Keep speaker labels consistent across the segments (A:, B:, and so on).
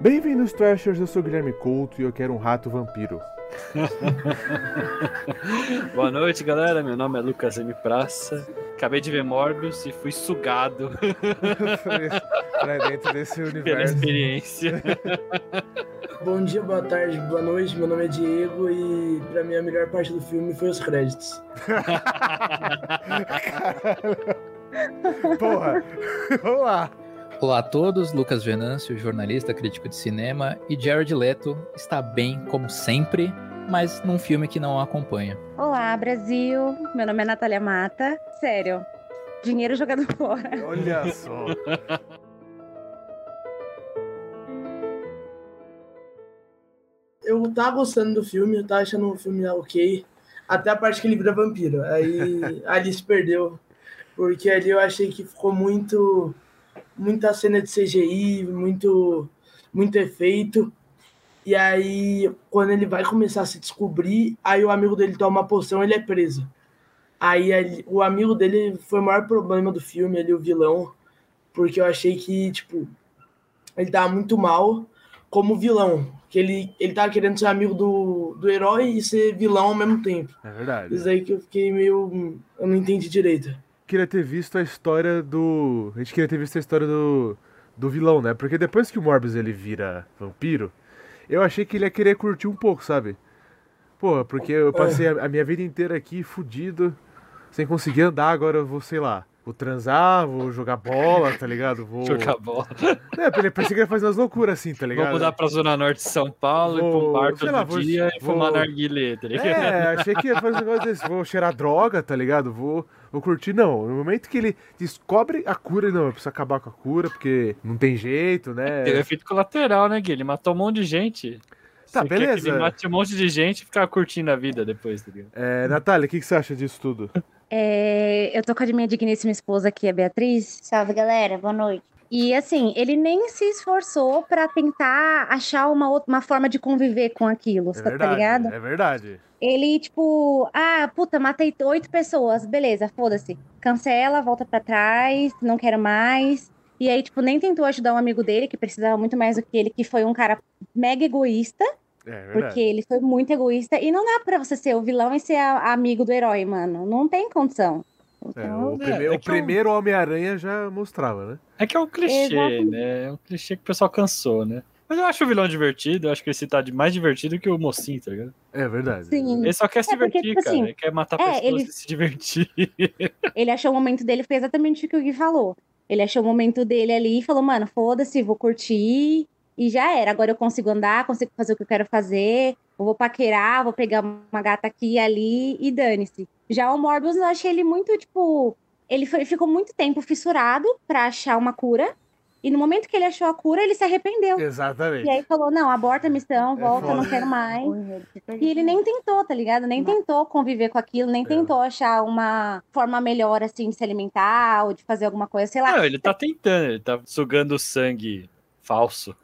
A: Bem-vindos, Trashers. Eu sou o Guilherme Couto e eu quero um rato vampiro.
B: Boa noite, galera. Meu nome é Lucas M. Praça. Acabei de ver Morbius e fui sugado
A: pra dentro desse
B: pela
A: universo.
B: experiência.
C: Bom dia, boa tarde, boa noite. Meu nome é Diego e pra mim a melhor parte do filme foi os créditos.
A: Porra! Vamos lá!
D: Olá a todos, Lucas Venâncio, jornalista, crítico de cinema, e Jared Leto está bem, como sempre, mas num filme que não o acompanha.
E: Olá, Brasil. Meu nome é Natália Mata. Sério, dinheiro jogado fora.
A: Olha só!
C: Eu tava gostando do filme, eu tava achando o filme ok, até a parte que ele vira vampiro. Aí ali se perdeu, porque ali eu achei que ficou muito. muita cena de CGI, muito, muito efeito. E aí, quando ele vai começar a se descobrir, aí o amigo dele toma uma poção ele é preso. Aí ali- o amigo dele foi o maior problema do filme, ali, o vilão, porque eu achei que, tipo, ele tava muito mal como vilão. Que ele, ele tava querendo ser amigo do, do herói e ser vilão ao mesmo tempo.
A: É verdade.
C: Isso aí que eu fiquei meio. hum, Eu não entendi direito.
A: queria ter visto a história do. A gente queria ter visto a história do. do vilão, né? Porque depois que o Morbius ele vira vampiro, eu achei que ele ia querer curtir um pouco, sabe? Porra, porque eu passei a, a minha vida inteira aqui fudido, sem conseguir andar, agora eu vou, sei lá, vou transar, vou jogar bola, tá ligado? Vou.
B: Jogar bola.
A: É, porque ele pensei que ele ia fazer umas loucuras assim, tá ligado?
B: Vou mudar pra Zona Norte de São Paulo, e ir pra
A: Vou-
B: um bar
A: sei lá,
B: todo
A: vou-
B: dia e
A: vou-
B: fumar narguilé, tá ligado?
A: É, achei que ia fazer um negócio desse. Vou cheirar droga, tá ligado? Vou, vou curtir. Não, no momento que ele descobre a cura, ele, não, eu preciso acabar com a cura, porque não tem jeito, né?
B: Teve um efeito colateral, né, Gui? Ele matou um monte de gente.
A: Tá,
B: Você quer que
A: beleza.
B: Ele mate um monte de gente e ficar curtindo a vida depois, tá ligado?
A: É, Natália, o que, que você acha disso tudo?
E: É, eu tô com a minha digníssima esposa aqui, a Beatriz.
F: Salve galera, boa noite.
E: E assim, ele nem se esforçou pra tentar achar uma, outra, uma forma de conviver com aquilo,
A: É
E: tá- tá ligado?
A: verdade. É verdade.
E: Ele, tipo, ah, puta, matei oito pessoas, beleza, foda-se. Cancela, volta pra trás, não quero mais. E aí, tipo, nem tentou ajudar um amigo dele, que precisava muito mais do que ele, que foi um cara mega egoísta,
A: É verdade.
E: porque ele foi muito egoísta. E não dá pra você ser o vilão e ser a- amigo do herói, mano. Não tem condição.
A: É,
E: então,
A: o
B: É,
A: primeiro,
B: é
A: o
B: que eu-
A: primeiro Homem-Aranha já mostrava, né?
B: É que é um clichê,
E: Exatamente.
B: né? É um clichê que o pessoal cansou, né? Mas eu acho o vilão divertido, eu acho que esse tá de mais divertido que o mocinho, tá ligado?
A: É verdade.
E: Sim.
B: Ele só quer se
E: É, porque,
B: divertir,
E: tipo
B: cara.
E: assim,
B: ele quer matar
E: é,
B: pessoas
E: ele-
B: e se divertir.
E: Ele achou o momento dele, foi exatamente o que o Gui falou. Ele achou o momento dele ali e falou, mano, foda-se, vou curtir. E já era. Agora eu consigo andar, consigo fazer o que eu quero fazer. Eu vou paquerar, vou pegar uma gata aqui e ali e dane-se. Já o Morbius, eu achei ele muito, tipo. Ele foi- ficou muito tempo fissurado pra achar uma cura. E no momento que ele achou a cura, ele se arrependeu.
A: Exatamente.
E: E aí falou: não, aborta a missão,
A: É
E: volta, não
A: foda.
E: quero mais. E ele nem tentou, tá ligado? Nem tentou conviver com aquilo,
A: É.
E: nem tentou achar uma forma melhor, assim, de se alimentar ou de fazer alguma coisa, sei lá.
A: É.
B: Não, ele tá tentando, ele tá sugando o sangue falso.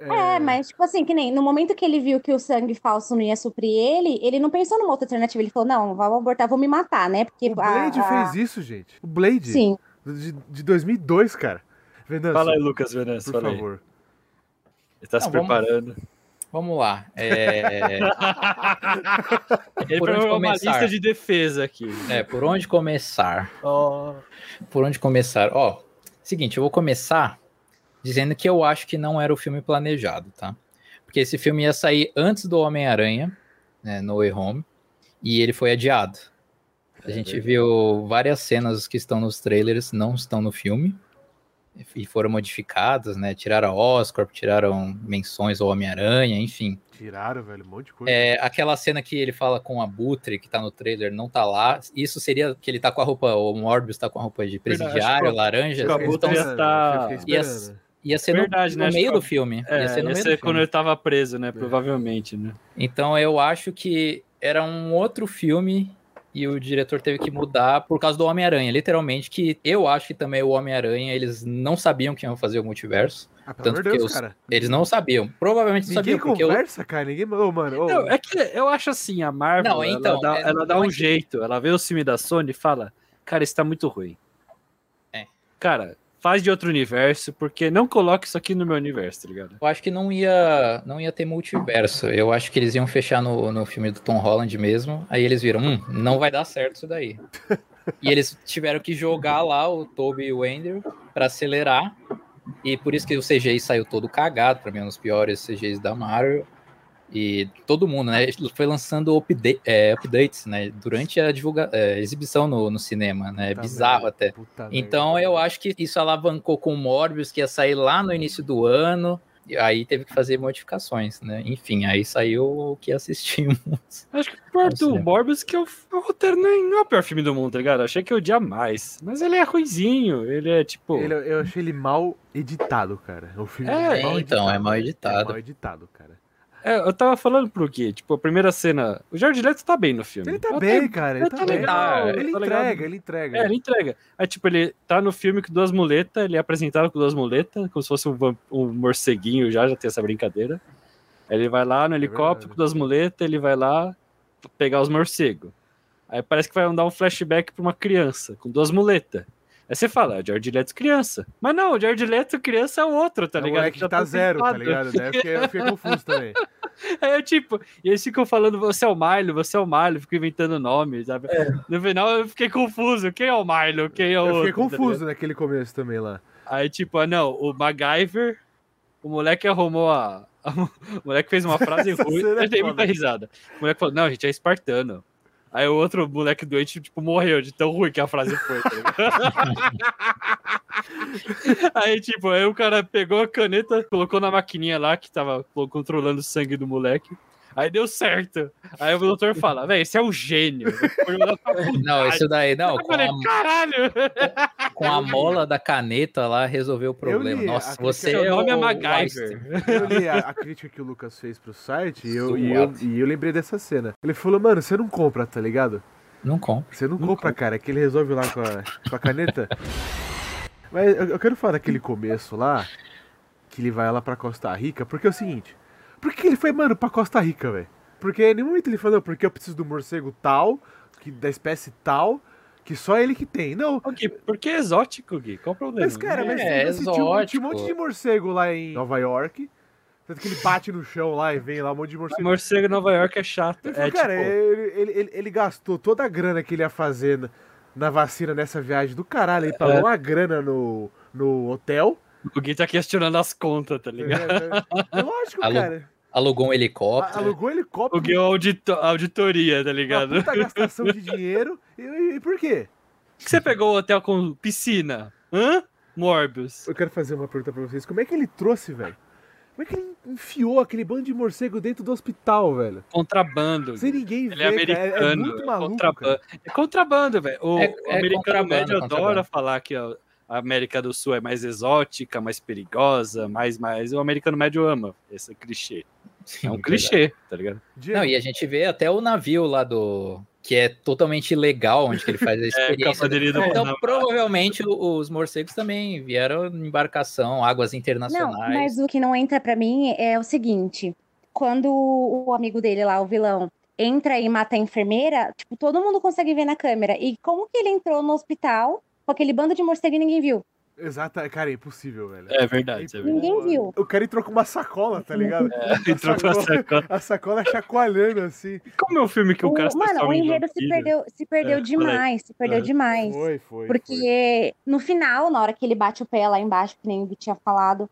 E: É, mas, tipo assim, que nem no momento que ele viu que o sangue falso não ia suprir ele, ele não pensou numa outra alternativa. Ele falou: não, vou abortar, vou me matar, né? Porque.
A: O Blade
E: a- a-
A: fez isso, gente. O Blade.
E: Sim.
A: De, de 2002, cara. Venâncio,
B: Fala aí, Lucas Venâncio,
A: por
B: fala aí.
A: favor.
B: Ele tá se
D: Não, vamos-
B: preparando.
D: Vamos lá. É,
B: Ele
D: Por onde
B: preparou uma
D: começar?
B: lista de defesa aqui.
D: é, por onde começar?
B: Ó,
D: Por onde começar? Ó, seguinte, eu vou começar dizendo que eu acho que não era o filme planejado, tá? Porque esse filme ia sair antes do Homem-Aranha, né, No Way Home, e ele foi adiado. A gente viu várias cenas que estão nos trailers, não estão no filme, e foram modificadas, né? Tiraram Oscar, tiraram menções ao Homem-Aranha, enfim.
A: Tiraram, velho, um monte de coisa.
D: É, aquela cena que ele fala com a Butre, que tá no trailer, não tá lá. Isso seria que ele tá com a roupa, o Morbius tá com a roupa de
B: Verdade,
D: presidiário,
B: acho que acho
D: laranja.
A: Eu
B: que
A: fiquei
B: Abutre
D: Então,
B: ia
A: esperando,
B: tá-
A: né, eu fiquei
D: ia-
A: esperando.
D: ia ser no,
B: Verdade, né,
D: no
B: acho
D: meio
B: que
D: do filme.
B: É,
D: ia ser no
B: ia
D: meio
B: ser
D: do
B: quando
D: filme.
B: ele tava preso, né? Provavelmente, né?
D: Então eu acho que era um outro filme e o diretor teve que mudar por causa do Homem-Aranha, literalmente, que eu acho que também o Homem-Aranha, eles não sabiam que iam fazer o multiverso.
A: Ah, pelo
D: Tanto
A: amor de
D: que
A: Deus,
D: os-
A: cara.
D: Eles não sabiam. Provavelmente não
A: Ninguém
D: sabiam, porque o-
A: conversa, cara. Ninguém. Ô, mano. ô,
B: Não, é que eu acho assim, a Marvel,
D: Não, então,
B: ela dá,
D: é-
B: ela dá
D: não
B: um
D: é que-
B: jeito. Ela vê o filme da Sony e fala, cara, isso tá muito ruim.
D: É.
B: Cara, faz de outro universo, porque não coloca isso aqui no meu universo, tá ligado?
D: Eu acho que não ia, não ia ter multiverso. Eu acho que eles iam fechar no, no filme do Tom Holland mesmo. Aí eles viram, hum, não vai dar certo isso daí. E eles tiveram que jogar lá o Toby e o Andrew pra acelerar. E por isso que o CGI saiu todo cagado, pra mim é um dos piores CGIs da Marvel. E todo mundo, né? Foi lançando upda- é, updates, né? Durante a divulga é, exibição no, no cinema, né? É
A: Puta
D: bizarro
A: merda,
D: até.
A: puta
D: Então
A: merda.
D: eu acho que isso alavancou com o Morbius, que ia sair lá no início do ano. E aí teve que fazer modificações, né? Enfim, aí saiu o que assistimos.
B: Acho que o pior
D: Nossa,
B: do
D: né?
B: Morbius que é o, o roteiro não é, não é o pior filme do mundo, tá ligado? Eu achei que eu odiar mais. Mas ele é ruizinho, ele é tipo.
A: Ele- eu achei ele mal editado, cara. O filme
B: É,
A: mal
D: então, é
A: editado.
D: mal
A: É
D: editado.
A: mal editado, cara.
B: É, eu tava falando pro Gui, tipo, a primeira cena. O Jared Leto tá bem no filme.
A: Ele tá
B: Eu
A: bem,
B: até-
A: cara.
B: Ele
A: Ele tá
B: tá
A: bem.
B: legal,
A: Ele
B: tá
A: entrega,
B: legal.
A: ele entrega.
B: É, ele entrega. Aí, tipo, ele tá no filme com duas muletas, ele é apresentado com duas muletas, como se fosse um, vamp- um morceguinho já, já tem essa brincadeira. Aí Ele vai lá no helicóptero
A: É verdade.
B: com duas muletas, ele vai lá pegar os morcegos. Aí parece que vai dar um flashback pra uma criança com duas muletas. Aí você fala, é o Jared Leto criança. Mas não, o Jared Leto criança é o outro, tá
A: É um
B: ligado?
A: moleque
B: Já
A: que tá zero, tá
B: apresentado.
A: ligado? Daí eu fiquei, eu fiquei confuso também.
B: Aí eu, tipo, e eles ficam falando, você é o Milo, você é o Milo, ficam inventando nome, sabe?
C: É.
B: No final eu fiquei confuso, quem é o Milo, quem é o
A: Eu fiquei
B: outro, tá ligado?
A: confuso naquele começo também lá.
B: Aí, tipo, ah, não, o MacGyver, o moleque arrumou a. a mo- o moleque fez uma frase
A: Essa
B: ruim,
A: cena é
B: eu dei
A: foda.
B: muita risada. O moleque falou, não, gente, é espartano. Aí o outro moleque doente, tipo, morreu de tão ruim que a frase foi. tá ligado? aí, tipo, aí o cara pegou a caneta, colocou na maquininha lá que tava co- controlando o sangue do moleque. Aí deu certo. Aí o doutor fala, velho, esse é um gênio. Foi uma faculdade."
D: Não, isso daí, não.
B: Eu
D: Com
B: falei,
D: a,
B: caralho!
D: com a mola da caneta lá resolveu o problema.
A: li
D: Nossa,
A: aquele
D: você
A: seu
D: é o.
B: nome é
D: o
B: MacGyver.
D: Einstein.
A: Eu li a, a crítica que o Lucas fez pro site e eu, e, eu, e eu lembrei dessa cena. Ele falou, mano, você não compra, tá ligado?
D: Não compra.
A: Você não compra, cara, é que ele resolve lá com a, com a caneta. Mas eu, eu quero falar daquele começo lá, que ele vai lá pra Costa Rica, porque é o seguinte, por que ele foi, mano, pra Costa Rica, velho? Porque em nenhum momento ele falou, porque eu preciso do morcego tal, que, da espécie tal, que só ele que tem. Não,
B: Ok, por que exótico, Gui? Qual o problema?
A: Mas, cara, mas
D: É,
A: mas tinha, um, tinha um
D: exótico.
A: monte de morcego lá em Nova York. Tanto que ele bate no chão lá e vem lá um monte de morcego.
B: Morcego em Nova York é chato.
A: Eu
B: É,
A: falei, cara,
B: tipo,
A: ele, ele- ele- ele gastou toda a grana que ele ia fazer na, na vacina nessa viagem do caralho. Ele
D: É.
A: pagou uma grana no, no hotel.
B: o Gui tá questionando as contas, tá ligado?
A: É Lógico,
D: Alu-
A: cara.
D: Alugou um
A: A-
D: helicóptero.
A: Alugou
B: O
A: helicóptero,
B: Gui é audito- auditoria, tá
A: uma
B: ligado?
A: puta gastação de dinheiro. E, e- e por quê?
B: Por que você pegou o hotel com piscina? Hã? Morbius.
A: Eu quero fazer uma pergunta pra vocês. Como é que ele trouxe, velho? Como é que ele enfiou aquele bando de morcego dentro do hospital, velho?
B: Contrabando.
A: Sem ninguém
B: Ele
A: ver,
B: é
A: cara.
B: americano.
A: É muito maluco, cara.
B: contrabando. É contrabando, velho. O
D: É-
B: o
D: é
B: americano
D: contrabando,
B: médio adora
D: contrabando.
B: falar que a a América do Sul é mais exótica, mais perigosa, mais, mais. O americano médio ama esse clichê.
D: Sim,
B: É um
D: verdade.
B: clichê, tá ligado?
A: Diego,
D: Não, e a gente vê até o navio lá do. Que é totalmente legal, onde que ele faz a
B: É,
D: experiência do
B: cavalaria do
D: Então,
B: Panamá.
D: provavelmente o- os morcegos também vieram em embarcação, águas
E: Não,
D: internacionais.
E: mas o que não entra pra mim é o seguinte: quando o amigo dele lá, o vilão, entra e mata a enfermeira, tipo, todo mundo consegue ver na câmera. E como que ele entrou no hospital com aquele bando de morcego e ninguém viu?
A: Exata, cara, é impossível, velho.
B: É verdade, isso é verdade.
E: Ninguém viu.
A: O cara entrou com uma sacola, tá ligado?
B: Entrou com a sacola.
A: A sacola chacoalhando assim.
B: Como é o filme que o,
E: O-
B: cara se
E: mano, o
B: transforma em
E: enredo se
B: vampiro?
E: perdeu, se perdeu
B: É,
E: demais, se perdeu
B: É.
E: demais.
A: Foi, foi. foi.
E: Porque no final, na hora que ele bate o pé lá embaixo, que nem o Gui tinha falado,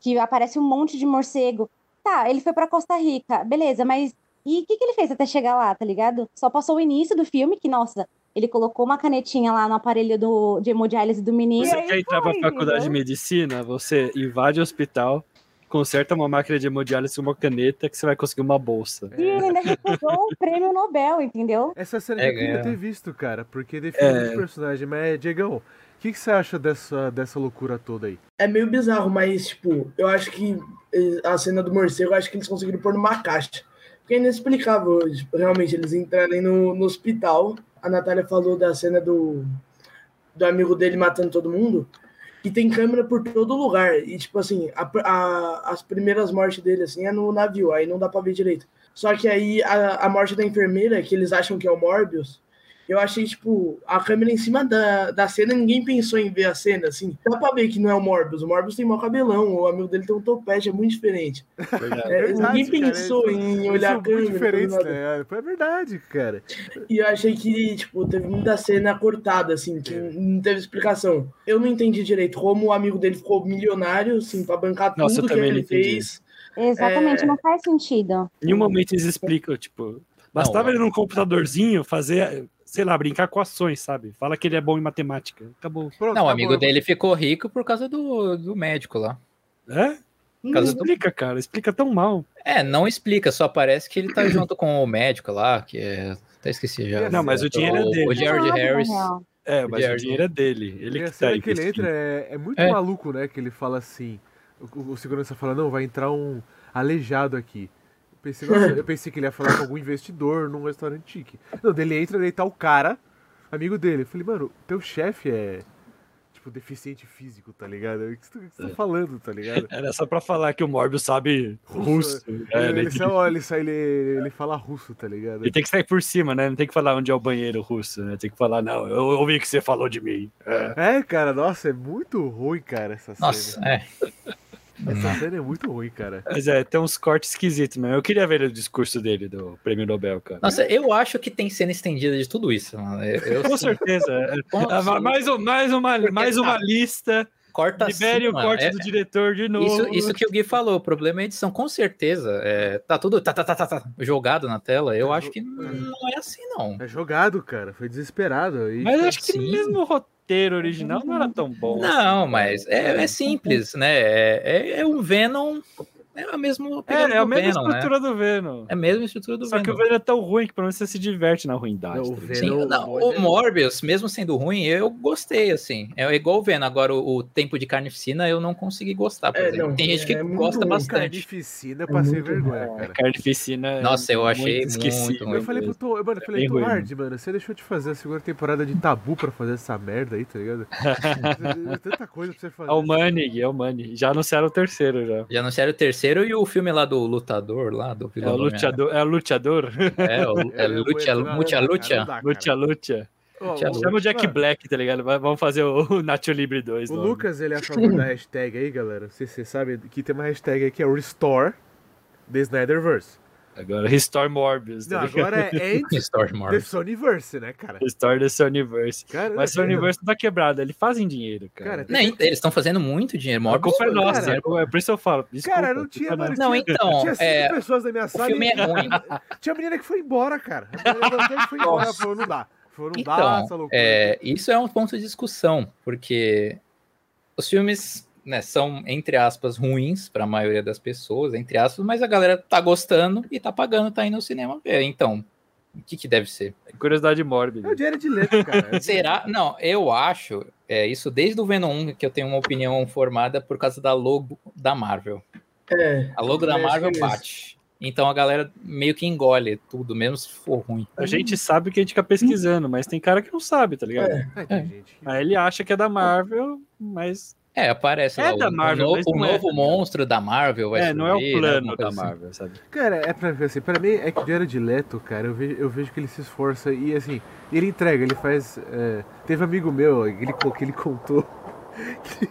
E: que aparece um monte de morcego. Tá, ele foi pra Costa Rica, beleza, mas e o que, que ele fez até chegar lá, tá ligado? Só passou o início do filme, que, nossa, ele colocou uma canetinha lá no aparelho do, de hemodiálise do menino.
B: Você
E: e aí
B: quer entrar pra
E: foi,
B: faculdade de
E: entendeu?
B: medicina, você invade o hospital, conserta uma máquina de hemodiálise com uma caneta que você vai conseguir uma bolsa.
E: E ele ainda recusou o prêmio Nobel, entendeu?
A: Essa cena
D: É,
A: eu queria
D: é.
A: ter visto, cara, porque define muito o personagem. Mas, Diegão, o que, que você acha dessa, dessa loucura toda aí?
C: É meio bizarro, mas, tipo, eu acho que eh, a cena do morcego, eu acho que eles conseguiram pôr numa caixa. Porque é inexplicável, tipo, realmente, eles entrarem no, no hospital. A Natália falou da cena do, do amigo dele matando todo mundo. E tem câmera por todo lugar. E, tipo assim, a pr- a- as primeiras mortes dele, assim, é no navio. Aí não dá pra ver direito. Só que aí a, a morte da enfermeira, que eles acham que é o Morbius, Eu achei, tipo, a câmera em cima da, da cena, ninguém pensou em ver a cena, assim. Dá pra ver que não é o Morbius. O Morbius tem mau cabelão, o amigo dele tem um topete, é muito diferente. É,
A: Verdade,
C: ninguém
A: cara,
C: pensou
A: eles-
C: em
A: Eles
C: olhar tá
A: são
C: a câmera.
A: muito diferentes,
C: nada.
A: né? É verdade, cara.
C: E eu achei que, tipo, teve muita cena cortada, assim, que
A: É.
C: não teve explicação. Eu não entendi direito como o amigo dele ficou milionário, assim, pra bancar
B: Nossa, eu
C: tudo que
B: também
C: ele
B: não entendi.
C: fez.
E: Exatamente,
C: É.
E: não faz sentido.
B: Em nenhum momento eles explicam, tipo, bastava
D: Não,
B: ele num computadorzinho fazer, sei lá, brincar com ações, sabe? Fala que ele é bom em matemática. Acabou.
A: Pronto, tá
D: Não, o
A: acabou.
D: amigo dele ficou rico por causa do, do médico lá.
B: É? Não
D: Caso-
B: explica, cara. Explica tão mal.
D: É, não explica, só parece que ele tá junto com o médico lá, que é. Até esqueci já.
B: Não, mas o dinheiro é dele.
D: O Jared
E: Errado, na
D: Harris.
E: real.
B: É, mas o
D: Jared.
B: dinheiro é dele. Ele
A: E a
B: que tá
A: cena
B: aí.
A: que ele entra é, é muito
D: É.
A: maluco, né? Que ele fala assim. O, o- o segurança fala, não, vai entrar um aleijado aqui. Eu pensei, nossa, eu pensei que ele ia falar com algum investidor num restaurante chique. Não, dele entra, daí tá o cara, amigo dele. Eu falei, mano, teu chefe é. Tipo, deficiente físico, tá ligado? O que você o que você
B: É.
A: tá falando, tá ligado?
B: Era só pra falar que o Morbius sabe russo. É,
A: ele,
B: ele,
A: ele só olha, ele, sai, ele, ele fala russo, tá ligado?
B: ele tem que sair por cima, né? Não tem que falar onde é o banheiro russo, né? Tem que falar, não, eu ouvi que você falou de mim.
A: É, cara, nossa, é muito ruim, cara, essa
D: Nossa,
A: cena.
D: é.
A: Essa cena é muito ruim, cara.
B: Mas é, tem uns cortes esquisitos mesmo. Eu queria ver o discurso dele do prêmio Nobel, cara.
D: Nossa, eu acho que tem cena estendida de tudo isso. mano. Eu, eu
B: Com certeza. é. Ah, ma- mais, um- mais uma,
D: Porque,
B: mais uma
D: sabe,
B: lista.
D: corta
B: Libere
D: assim,
B: o
D: mano.
B: corte
D: É-
B: do diretor de novo.
D: Isso, isso que o Gui falou, o problema é a edição, com certeza. É, tá tudo tá, tá, tá, tá, tá, jogado na tela.
B: Tá
D: Eu acho que não é assim, não.
A: É jogado, cara. Foi desesperado. E,
B: Mas acho que
D: Sim.
B: mesmo o roteiro original não era tão bom. assim, né?
D: Não, mas é, é
B: um
D: simples, né? É, é- é o Venom. É a mesma
B: É,
D: pegada
B: é a
D: do
B: mesma
D: Venom, né?
B: estrutura do Venom.
D: É a mesma estrutura do
B: Só que o
D: Venom.
B: Venom é tão ruim que pelo menos você se diverte na ruindade.
A: Não, o
B: tá ligado?
A: Venom-
D: Sim, não,
A: Morbius.
D: o Morbius, mesmo sendo ruim, eu gostei, assim. É igual o Venom. Agora, o, o Tempo de Carnificina, eu não consegui gostar. por
C: É,
D: exemplo.
C: não,
D: Tem gente que
C: é muito
D: gosta
C: ruim,
D: bastante.
A: Carnificina, passei
C: muito
A: vergonha,
B: A
A: cara.
B: carnificina. é
D: Nossa, eu achei muito ruim.
A: Eu falei pro Tom, mano, eu falei,
B: bem
A: Tom
B: ruim,
A: Hard, mano, você deixou de fazer a segunda temporada de tabu pra fazer essa merda aí, tá ligado? Tem Tanta coisa pra você fazer.
B: É o Money, é o Money. Já anunciaram o terceiro já.
D: Já anunciaram o terceiro e o filme lá do lutador, lá do
B: É o
D: vilão do Homem-Aranha.
B: luteador. É o luteador.
D: É, o, é
A: Eu- eu
D: Lucha,
A: aguento, não,
D: Lucha,
A: cara,
D: Lucha.
A: não dá, cara.
B: Lucha Lucha.
A: Ó,
D: Lucha,
A: o-
B: Chama o Jack
A: mano,
B: Black, tá ligado? Vai- Vamos fazer o, o Nacho Libre 2.
A: O
B: logo.
A: Lucas, ele é a favor da hashtag aí, galera. Vocês vocês sabem que tem uma hashtag aqui, é Restore The Snyderverse.
B: Agora, Restore Morbius.
A: Não,
B: Tá ligado?
A: agora é End The
D: Stormore.
A: Sonyverse, né, cara?
B: Restore desse universo.
A: cara
B: Mas o universo não tá quebrado, eles fazem dinheiro,
A: assim, Cara,
B: cara.
A: tem-
D: Não, ent- eles estão fazendo muito dinheiro.
B: a
D: Maior
B: culpa é
D: absurdo,
B: nossa,
D: cara.
B: é por isso eu falo. desculpa,
A: Cara, não
B: a
A: tinha,
B: culpa é
A: mano,
B: nossa.
D: Não, então,
A: Tinha cinco
D: é,
A: pessoas na minha
D: o
A: sala
D: filme
A: e-
D: é ruim.
A: Tinha a menina que foi embora, cara. A menina levantou e foi embora. Ela falou, não dá. Falou, não dá, essa
D: Então,
A: loucura.
D: é, isso é um ponto de discussão, porque os filmes né, são, entre aspas, ruins para a maioria das pessoas, entre aspas, mas a galera tá gostando e tá pagando, tá indo ao cinema ver. Então, o que, que deve ser?
B: Curiosidade
A: É o
B: mórbida.
A: Jared Leto, cara.
D: Será? Não, eu acho, é, isso desde o Venom 1 que eu tenho uma opinião formada por causa da logo da Marvel.
C: É,
D: A logo
C: Eu
D: da
C: acho
D: Marvel
C: que é isso.
D: bate. Então a galera meio que engole tudo, mesmo se for ruim.
B: A gente sabe que a gente fica pesquisando, mas tem cara que não sabe, tá ligado?
A: É, tem gente que-
B: Aí ele acha que é da Marvel, mas
D: É, aparece
B: É
D: lá
B: da
D: o,
B: Marvel,
D: o no-
B: mas
D: o
B: não é,
D: novo
B: né?
D: monstro da Marvel vai
B: é, não é
D: surgir,
B: o
D: né,
B: plano da
D: alguma coisa assim.
B: Marvel, sabe?
A: Cara, é pra ver assim. Pra mim, é que o Jared Leto, cara, eu vejo, eu vejo que ele se esforça e, assim, ele entrega, ele faz... é, Teve um amigo meu que ele, co- que ele contou que,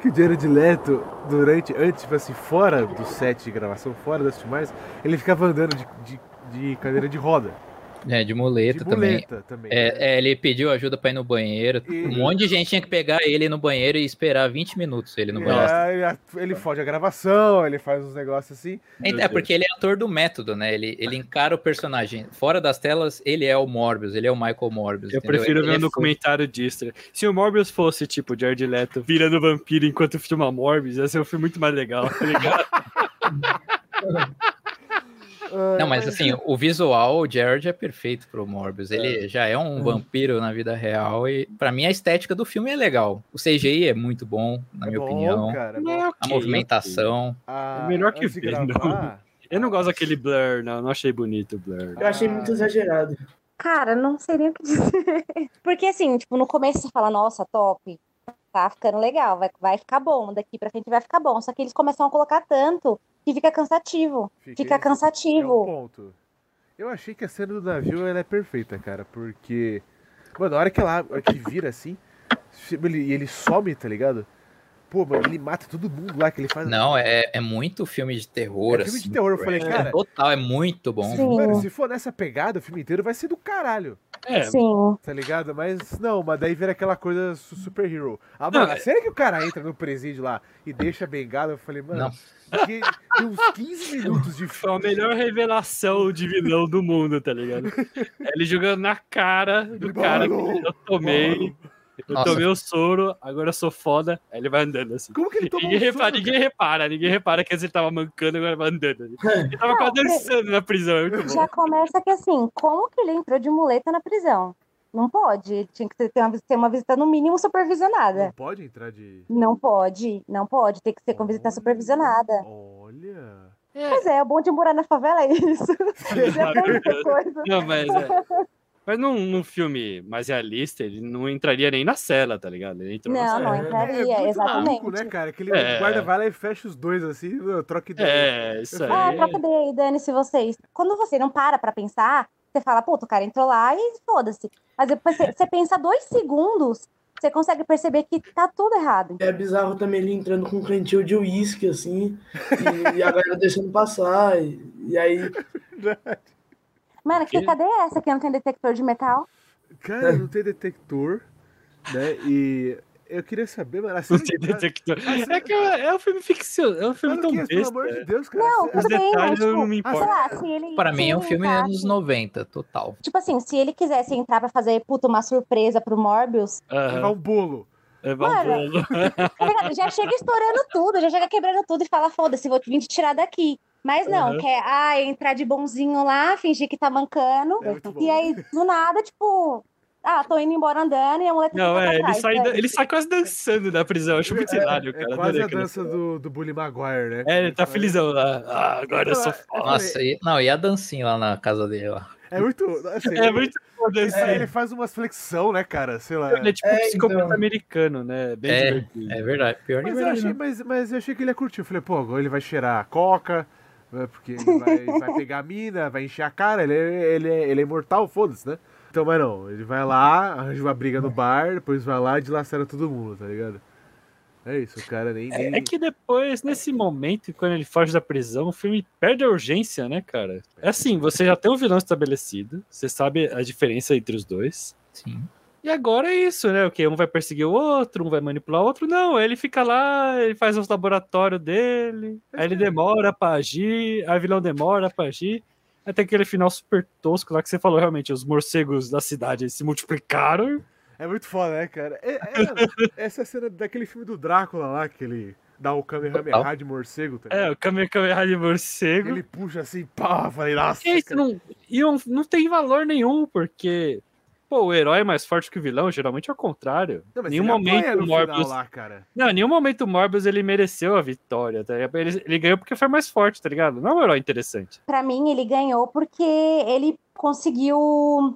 A: que o Jared Leto, durante, antes, tipo assim, fora do set de gravação, fora das filmagens, ele ficava andando de, de, de cadeira de roda.
D: É, de muleta
A: de
D: também.
A: muleta também.
D: É, é, ele pediu ajuda pra ir no banheiro.
A: E-
D: Um monte de gente tinha que pegar ele no banheiro e esperar 20 minutos ele no banheiro.
A: É, ele at- ele foge a gravação, ele faz uns negócios assim.
D: Então, é porque ele é ator do método, né? Ele, ele encara o personagem. Fora das telas, ele é o Morbius, ele é o Michael Morbius.
B: Eu
D: entendeu?
B: prefiro
D: Ele
B: ver um
D: é
B: documentário disso. né? Se o Morbius fosse, tipo, o Jared Leto virando vampiro enquanto filma Morbius, ia ser um filme muito mais legal, tá ligado?
A: Ah,
D: Não, mas assim, o visual, o Jared é perfeito pro Morbius. Ele já é um vampiro na vida real e pra mim a estética do filme é legal. O CGI é muito bom, na
A: é
D: minha
A: bom,
D: opinião.
A: cara, é
B: Não
A: bom.
B: é
D: A
B: ok,
D: movimentação.
A: Ah,
B: É melhor que
A: antes de
B: ver, não.
A: gravar-
B: ok. Eu não gosto daquele blur, não. Não achei bonito o blur.
C: eu achei
A: Ah.
C: muito exagerado.
E: Cara, não sei nem o que dizer. Porque assim, tipo, no começo você fala, nossa, top, tá ficando legal, vai, vai ficar bom, daqui pra frente vai ficar bom. Só que eles começam a colocar tanto que fica cansativo. Fica
A: esse- é um
E: cansativo.
A: ponto. Eu achei que a cena do navio ela é perfeita, cara, porque. Mano, a hora que ela a hora que vira assim, ele, e ele some, tá ligado? Pô, mano, ele mata todo mundo lá que ele faz.
D: Não, é, é muito filme de terror.
A: É filme de
D: assim,
A: terror, eu falei,
D: é
A: cara-
D: Total, é muito bom.
A: Se, mano, se for nessa pegada, o filme inteiro vai ser do caralho,
B: É,
E: Sim.
A: tá ligado? Mas não, mas daí vira aquela coisa su- super hero. Ah, mano,
B: Não, é
A: a cena que o cara entra no presídio lá e deixa a bengala, eu falei, mano,
D: Não.
A: que- tem uns 15 minutos de
B: foi a
A: filme.
B: melhor revelação de vilão do mundo, tá ligado? Ele jogando na cara do cara
A: Mano,
B: que eu tomei. Eu
D: Nossa.
B: tomei o soro, agora eu sou foda. Aí ele vai andando assim.
A: Como que ele tomou
B: Ninguém
A: um
B: repara,
A: soco,
B: ninguém repara, ninguém repara que antes ele tava mancando, agora vai andando. Ele tava quase dançando na prisão, é muito bom.
E: Já começa que assim, como que ele entrou de muleta na prisão? Não pode, ele tinha que ter ter uma, vis- ter uma visita no mínimo
A: Não
E: supervisionada.
A: pode entrar de.
E: Não pode, não pode, tem que ser com
A: Hum.
E: visita tá supervisionada.
A: Olha.
E: Pois é, o bom de morar na favela é isso. Já tem muita coisa.
B: Não, mas é. Mas num, num filme mais realista, ele não entraria nem na cela, tá ligado? Ele entrou na
E: Não,
B: cela.
E: não
A: É,
E: entraria,
A: é muito
E: exatamente.
A: maluco, né, cara? Aquele
B: É.
A: guarda vai lá e fecha os dois assim, eu troca ideia.
B: É, isso
A: Eu
B: aí.
E: Ah, troca ideia aí, dane-se vocês. Quando você não para pra pensar, você fala, puta, o cara entrou lá e foda-se. Mas depois você, você pensa dois segundos, você consegue perceber que tá tudo errado.
C: É bizarro também ele entrando com um cantil de uísque, assim, e, e a galera deixando passar. E, e aí,
E: Mano, que
B: Quê?
E: cadê essa que não tem detector de metal?
B: É.
A: Cara, não tem detector, né? E eu queria saber, mano, assim,
B: Não tem detector. É que é é um filme ficcional, é um filme tão
A: pelo amor
B: besta.
A: de Deus, cara.
E: Não,
A: Você-
B: Os
E: tudo bem, mas
B: detalhes eu não
E: tipo,
B: me importo.
E: sei lá, se ele.
D: Para mim é um
E: se
D: filme
E: ele
D: anos
E: acha-
D: 90, total.
E: Tipo assim, se ele quisesse entrar pra fazer, puta, uma surpresa pro Morbius,
A: levar
B: Aham,
A: um bolo.
B: é um
E: Mano,
B: bolo.
E: tá ligado? já chega estourando tudo, já chega quebrando tudo e fala, foda-se, vou te- vim te tirar daqui. Mas não,
B: Aham.
E: quer ah, entrar de bonzinho lá, fingir que tá mancando.
A: É muito bom.
E: E aí, do nada, tipo, ah, tô indo embora andando e a moleque
B: Não, é, ele
E: atrás,
B: sai,
E: né?
B: dan- ele sai quase dançando da prisão. Eu acho muito hilário,
A: É
B: cara.
A: quase
B: adorei
A: a
B: aquele-
A: dança do, do Bully Maguire, né?
B: É, ele tá felizão lá. Ah, agora eu sou
A: Eu
B: foda.
D: Nossa, e, não, e a dancinha lá na casa dele lá.
A: É muito. assim,
B: É muito boa a
A: ele,
B: dança.
A: ele faz umas flexão, né, cara? Sei lá.
B: Ele é tipo um
C: É,
B: psicopata
C: então.
B: americano, né? Bem
D: É,
B: divertido.
D: É verdade, pior que
A: Mas eu,
D: verdade.
A: achei,
B: né?
D: não.
A: mas, mas eu achei que ele ia curtir. Eu falei, pô, agora ele vai cheirar a coca, né, porque ele vai, vai pegar a mina, vai encher a cara, ele, é- ele, é- ele é imortal, foda-se, né? Então, mas não, ele vai lá, arranja uma briga no bar, depois vai lá e dilacera todo mundo, tá ligado? É isso, o cara nem. nem...
B: É que depois, nesse momento, quando ele foge da prisão, o filme perde a urgência, né, cara? É assim, você já tem um vilão estabelecido, você sabe a diferença entre os dois.
D: Sim.
B: E agora é isso, né? O que um vai perseguir o outro, um vai manipular o outro. Não, ele fica lá, ele faz os laboratórios dele, aí ele demora pra agir, aí o vilão demora pra agir. Até aquele final super tosco lá que você falou, realmente, os morcegos da cidade se multiplicaram.
A: É muito foda, né, cara? É- é- essa cena daquele filme do Drácula lá, que ele dá o Kamehameha
D: Total.
A: de morcego, tá ligado?
B: É, o Kamehameha de morcego.
A: Ele puxa assim, pá, falei, nossa.
B: E É isso
A: cara.
B: não, e não, não tem valor nenhum, porque pô, o herói é mais forte que o vilão, geralmente é o contrário.
A: Não, mas
B: nenhum
A: ele apanha
B: momento
A: no
B: o
A: final
B: Morbius.
A: lá, cara.
B: Não, nenhum momento o Morbius ele mereceu a vitória. Tá? ligado? Ele, ele ganhou porque foi mais forte, tá ligado? Não é um herói interessante.
E: Pra mim, ele ganhou porque ele conseguiu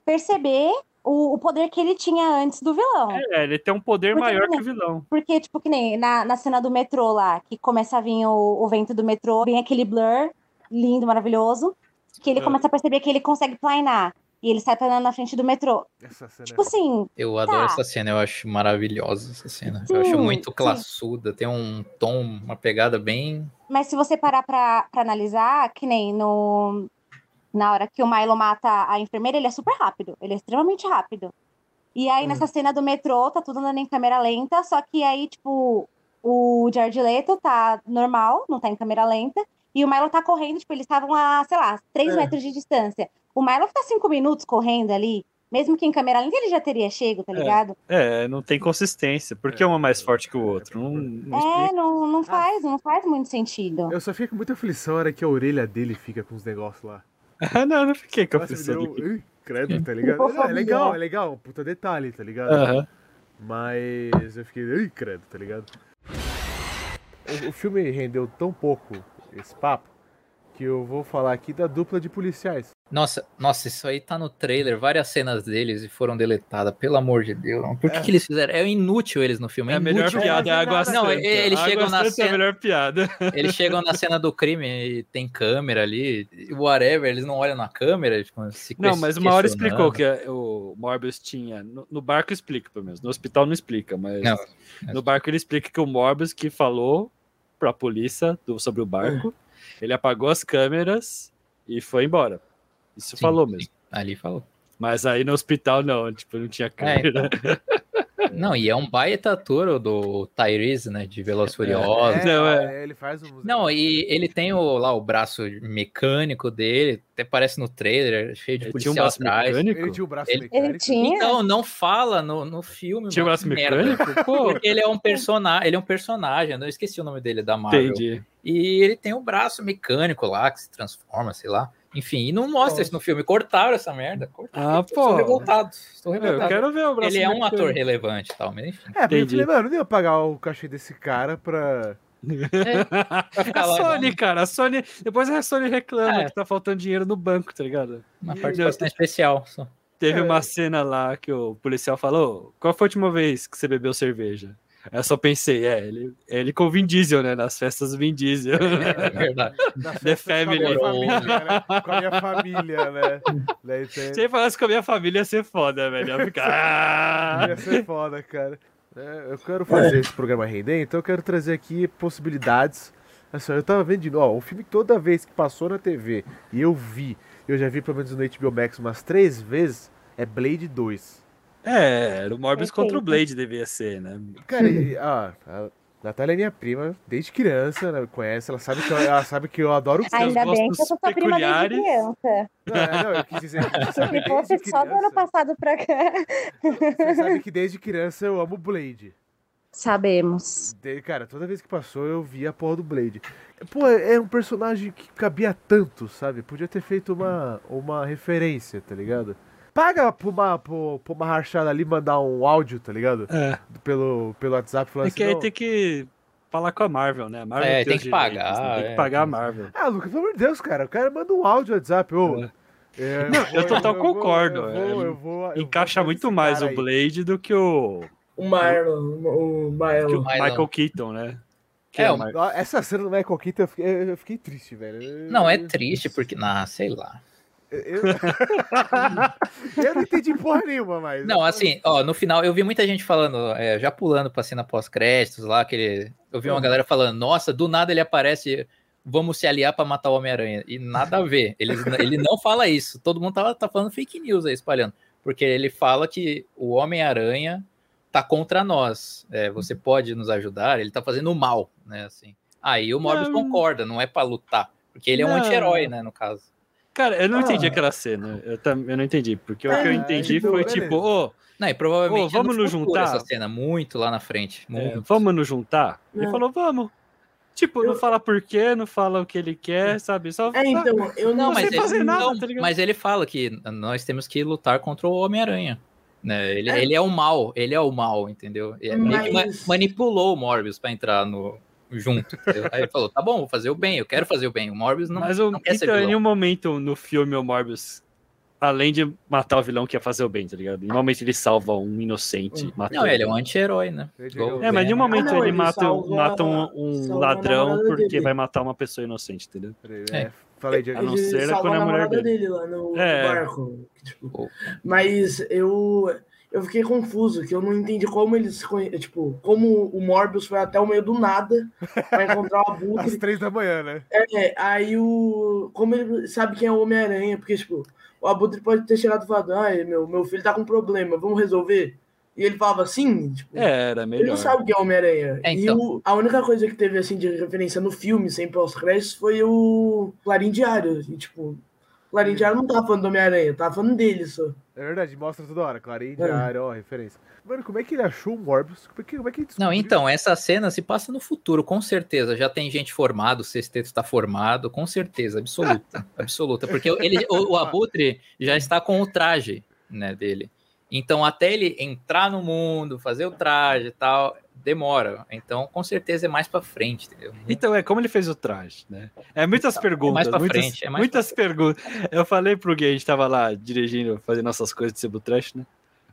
E: perceber o, o poder que ele tinha antes do vilão.
B: É, ele tem um poder
E: Porque
B: maior
E: ele-
B: que o vilão.
E: Porque, tipo, que nem na, na cena do metrô lá, que começa a vir o, o vento do metrô, vem aquele blur lindo, maravilhoso, que ele
B: É.
E: começa a perceber que ele consegue planar. E ele sai planando na frente do metrô.
A: Essa cena
E: Tipo
A: é
E: assim,
D: Eu adoro
E: Tá.
D: essa cena, eu acho maravilhosa essa cena.
E: Sim,
D: eu acho muito
E: sim.
D: classuda, tem um tom, uma pegada bem.
E: mas se você parar pra, pra analisar, que nem no. Na hora que o Milo mata a enfermeira, ele é super rápido. Ele é extremamente rápido. E
B: Hum.
E: aí, nessa cena do metrô, tá tudo andando em câmera lenta, só que aí, tipo, o Jared Leto tá normal, não tá em câmera lenta, e o Milo tá correndo, tipo, eles estavam a, sei lá, 3
C: É.
E: metros de distância. O Milo tá 5 minutos correndo ali, mesmo que em câmera lenta ele já teria chego, tá
B: É.
E: ligado?
B: É, não tem consistência. Porque
A: É.
B: um é mais forte que o outro. Não, não
E: É,
B: explica. Ah.
E: não, não faz, não faz muito sentido.
A: Eu só fiquei com muita aflição a hora que a orelha dele fica com os negócios lá.
B: Ah, não, não fiquei com a
A: Nossa, me
B: pessoa
A: deu...
B: aqui.
A: Ih, credo, tá ligado?
C: Ficou
A: Não, é legal,
C: familiar.
A: é legal. Puta detalhe, tá ligado?
B: Aham.
A: Mas eu fiquei... Ih, credo, tá ligado? O, o filme rendeu tão pouco esse papo que eu vou falar aqui da dupla de policiais.
D: Nossa, nossa, isso aí tá no trailer, várias cenas deles e foram deletadas, pelo amor de Deus. Por que, que eles fizeram? É inútil eles no filme. É,
B: É a melhor
D: inútil.
B: piada, é a água
D: Não,
B: santa.
D: eles
B: A água
D: chegam na
B: santa é
D: cena-
B: a melhor piada.
D: Eles chegam na cena do crime e tem câmera ali, e whatever, eles não olham na câmera, eles ficam se
B: Não, mas uma hora explicou
D: questionando.
B: que é. a- o Morbius tinha. No, no barco explica, pelo menos. No hospital não explica, mas
D: Não,
B: no barco ele explica que o Morbius que falou pra polícia do- sobre o barco, ele apagou as câmeras e foi embora. Isso
D: Sim,
B: falou
D: sim.
B: mesmo.
D: Ali falou.
B: Mas aí no hospital não, tipo, não
D: É,
B: tinha câmera.
D: então, Não, e é um baita touro do Tyrese, né, de Velozes e Furiosos.
A: É,
B: Não, é.
A: é, ele faz um.
D: Não, e ele tem o, lá o braço mecânico dele, até parece no trailer, é cheio de
B: Ele tinha um
D: policial
B: braço
D: atrás.
B: mecânico.
A: Ele tinha o braço
D: Ele-
A: mecânico.
E: Ele tinha.
D: Então, não fala no, no filme.
B: Tinha um
D: mano,
B: braço
D: que merda.
B: mecânico? Pô,
D: Porque ele é um personagem, ele é um personagem, eu não esqueci o nome dele da Marvel.
B: entendi.
D: E ele tem o braço mecânico lá, que se transforma, sei lá. Enfim, e não mostra isso no filme. Cortaram essa merda. Cortaram.
B: Ah,
D: Estou
B: pô.
D: revoltado. Estou
B: Eu
D: revoltado.
B: quero ver o braço
D: Ele é um
B: mecânico.
D: ator relevante e tal, mas enfim.
A: É, porque eu
B: Entendi.
A: falei, mano, não ia pagar o cachê desse cara pra.
D: Vai ficar
B: A
D: lá
B: Sony, cara, a Sony. Depois a Sony reclama
D: É.
B: que tá faltando dinheiro no banco, tá ligado?
D: uma participação especial. só.
B: Teve
A: É.
B: uma cena lá que o policial falou: Qual foi a última vez que você bebeu cerveja? Aí Eu só pensei, é, ele, é ele com o Vin Diesel, né? Nas festas do Vin Diesel.
D: É verdade.
A: na
B: The
A: festa com a
B: Family.
A: minha família, né? Com a minha família, né? Daí tem-
B: Se ele falasse com a minha família, ia ser foda, velho. Eu ia ficar. "Ah!"
A: Ia ser foda, cara. É, eu quero fazer esse programa render, então eu quero trazer aqui possibilidades. Assim, ó, eu tava vendo de novo, ó, um filme que toda vez que passou na TV e eu vi, eu já vi pelo menos no HBO Max umas três vezes, é Blade 2.
B: É, era o Morbius
E: Perfeito.
B: contra o Blade devia ser, né?
A: Cara, e, ah, a Natália é minha prima, desde criança, né, conhece, ela sabe que eu, ela sabe que eu adoro
B: Ai.
E: Ainda bem que eu
B: gostos
E: sou sua prima desde
B: peculiares.
E: criança.
A: Não, é, não, eu quis dizer que você sabe
E: Se fosse
A: desde
E: só do ano
A: criança,
E: passado pra cá.
A: você sabe que desde criança eu amo Blade.
E: Sabemos.
A: De- Cara, toda vez que passou eu via a porra do Blade. Pô, é um personagem que cabia tanto, sabe? Podia ter feito uma, uma referência, tá ligado? Paga pra uma, pra- pra uma rachada ali mandar um áudio, tá ligado?
B: É,
A: Pelo, pelo WhatsApp falando
B: é
A: assim.
B: que aí
A: "Não,
B: tem que falar com a Marvel, né? A Marvel
D: É, tem
B: os
D: que
B: direitos, né?
D: pagar,
B: Tem
D: é,
B: que pagar a
D: tem-
B: Marvel.
A: Ah, Lucas, pelo amor de Deus, cara. O cara manda um áudio no WhatsApp. Ô,
B: É.
A: é,
B: Não, eu total
A: vou-
B: concordo,
A: eu vou-
B: é,
A: eu vou- eu vou
B: Encaixa
A: fazer
B: muito
A: esse
B: mais
A: cara
B: o
A: aí.
B: Blade do que o,
C: O Marlon, o
B: que o
C: Marlon.
D: É, Mylon.
B: Michael Keaton, né? Que
D: É,
B: é
D: o-
B: o Mar-
A: Ó, Essa cena do Michael Keaton, eu fiquei, eu- eu fiquei triste, velho. Eu-
D: Não, é
A: eu-
D: triste, porque. Ah, sei lá.
A: Eu, eu não entendi porra nenhuma, mas.
D: Não, assim, ó, no final eu vi muita gente falando, é, já pulando pra cena pós-créditos lá, aquele. Eu
B: Uhum.
D: vi uma galera falando, nossa, do nada ele aparece. Vamos se aliar pra matar o Homem-Aranha. E nada a ver. Ele, ele não fala isso. Todo mundo tá, tá falando fake news aí, espalhando. Porque ele fala que o Homem-Aranha tá contra nós. É, você
B: Uhum.
D: pode nos ajudar, ele tá fazendo mal, né? Assim. Aí o Morbius
B: Não.
D: concorda, não é pra lutar. Porque ele é um
B: Não.
D: anti-herói, né? No caso.
B: Cara, eu não
C: Ah.
B: entendi aquela cena. Eu, tam- eu não entendi. Porque o que eu
C: Ah,
B: entendi
A: então,
B: foi
A: beleza.
B: É, tipo, ô,
D: Não, e provavelmente
B: Ô, vamos
D: é
B: nos
D: futuro
B: juntar?
D: essa cena muito lá na frente.
B: é,
D: muito.
B: vamos nos juntar? Ele
C: Não.
B: falou, vamos. Tipo, não
C: Eu-
B: fala por quê, não fala o que ele quer, sabe? Só
C: É, então, eu não,
D: Não,
B: Não
D: mas
B: sei
D: ele,
B: fazer nada,
D: não,
B: tá ligado?
D: mas ele fala que nós temos que lutar contra o Homem-Aranha. Né? Ele,
C: É.
D: ele é o mal, ele é o mal, entendeu? E meio que ma-
C: Mas-
D: manipulou o Morbius pra entrar no junto. entendeu? Aí ele falou: tá bom, vou fazer o bem, eu quero fazer o bem. O Morbius não.
B: Mas o,
D: não quer ser
B: então, em
D: vilão.
B: nenhum momento no filme o Morbius, além de matar o vilão, quer fazer o bem, tá ligado? Em nenhum momento ele salva um inocente. mata
D: Não, ele é um anti-herói, né?
A: Ele
D: Igual o
B: É, mas em nenhum
D: Venom.
B: momento
C: Ah, não,
B: ele,
C: ele
B: mata,
C: salva-
B: mata um, um
C: salva a
B: ladrão
C: namorada
B: porque
C: dele.
B: vai matar uma pessoa inocente, entendeu?
A: Peraí,
D: É.
A: é, Falei de.
B: A não
C: Ele
B: ser
C: salva
B: quando é a mulher
C: namorada
B: dele.
C: dele lá no, no
B: É.
C: barco. tipo.
D: Pô.
C: Mas eu, eu fiquei confuso, que eu não entendi como eles se conhe... Tipo, como o Morbius foi até o meio do nada pra encontrar o
A: Às
C: Abutre.
A: três da manhã, né?
C: É, aí o. Como ele sabe quem é o Homem-Aranha, porque, tipo, o Abutre pode ter chegado e falado, ai, meu, meu filho tá com problema, vamos resolver. E ele falava assim, tipo,
B: É, era
C: ele
B: melhor.
C: não sabe quem é o Homem-Aranha.
D: É,
C: E
D: então.
C: o- a única coisa que teve, assim, de referência no filme, sem pós-créditos, foi o Clarim Diário. E, tipo, o Clarim Diário não tava falando do Homem-Aranha, tava falando dele só.
A: É verdade, mostra toda hora. Clarim,
C: É.
A: diário, ó, referência. Mano, como é que ele achou o Morbius? Como é que, como é que ele
D: Não,
A: descobriu?
D: então, essa cena se passa no futuro, com certeza. Já tem gente formada, o sexteto está formado, com certeza, absoluta. absoluta. Porque ele, o, o Abutre já está com o traje né, dele. Então, até ele entrar no mundo, fazer o traje e tal, demora. Então, com certeza é mais pra frente, entendeu?
B: Então, é como ele fez o traje, né? É muitas perguntas.
D: mais pra
B: muitas,
D: frente, é mais
B: muitas perguntas. Eu falei pro Gui, a gente tava lá dirigindo, fazendo nossas coisas de sebo trash, né?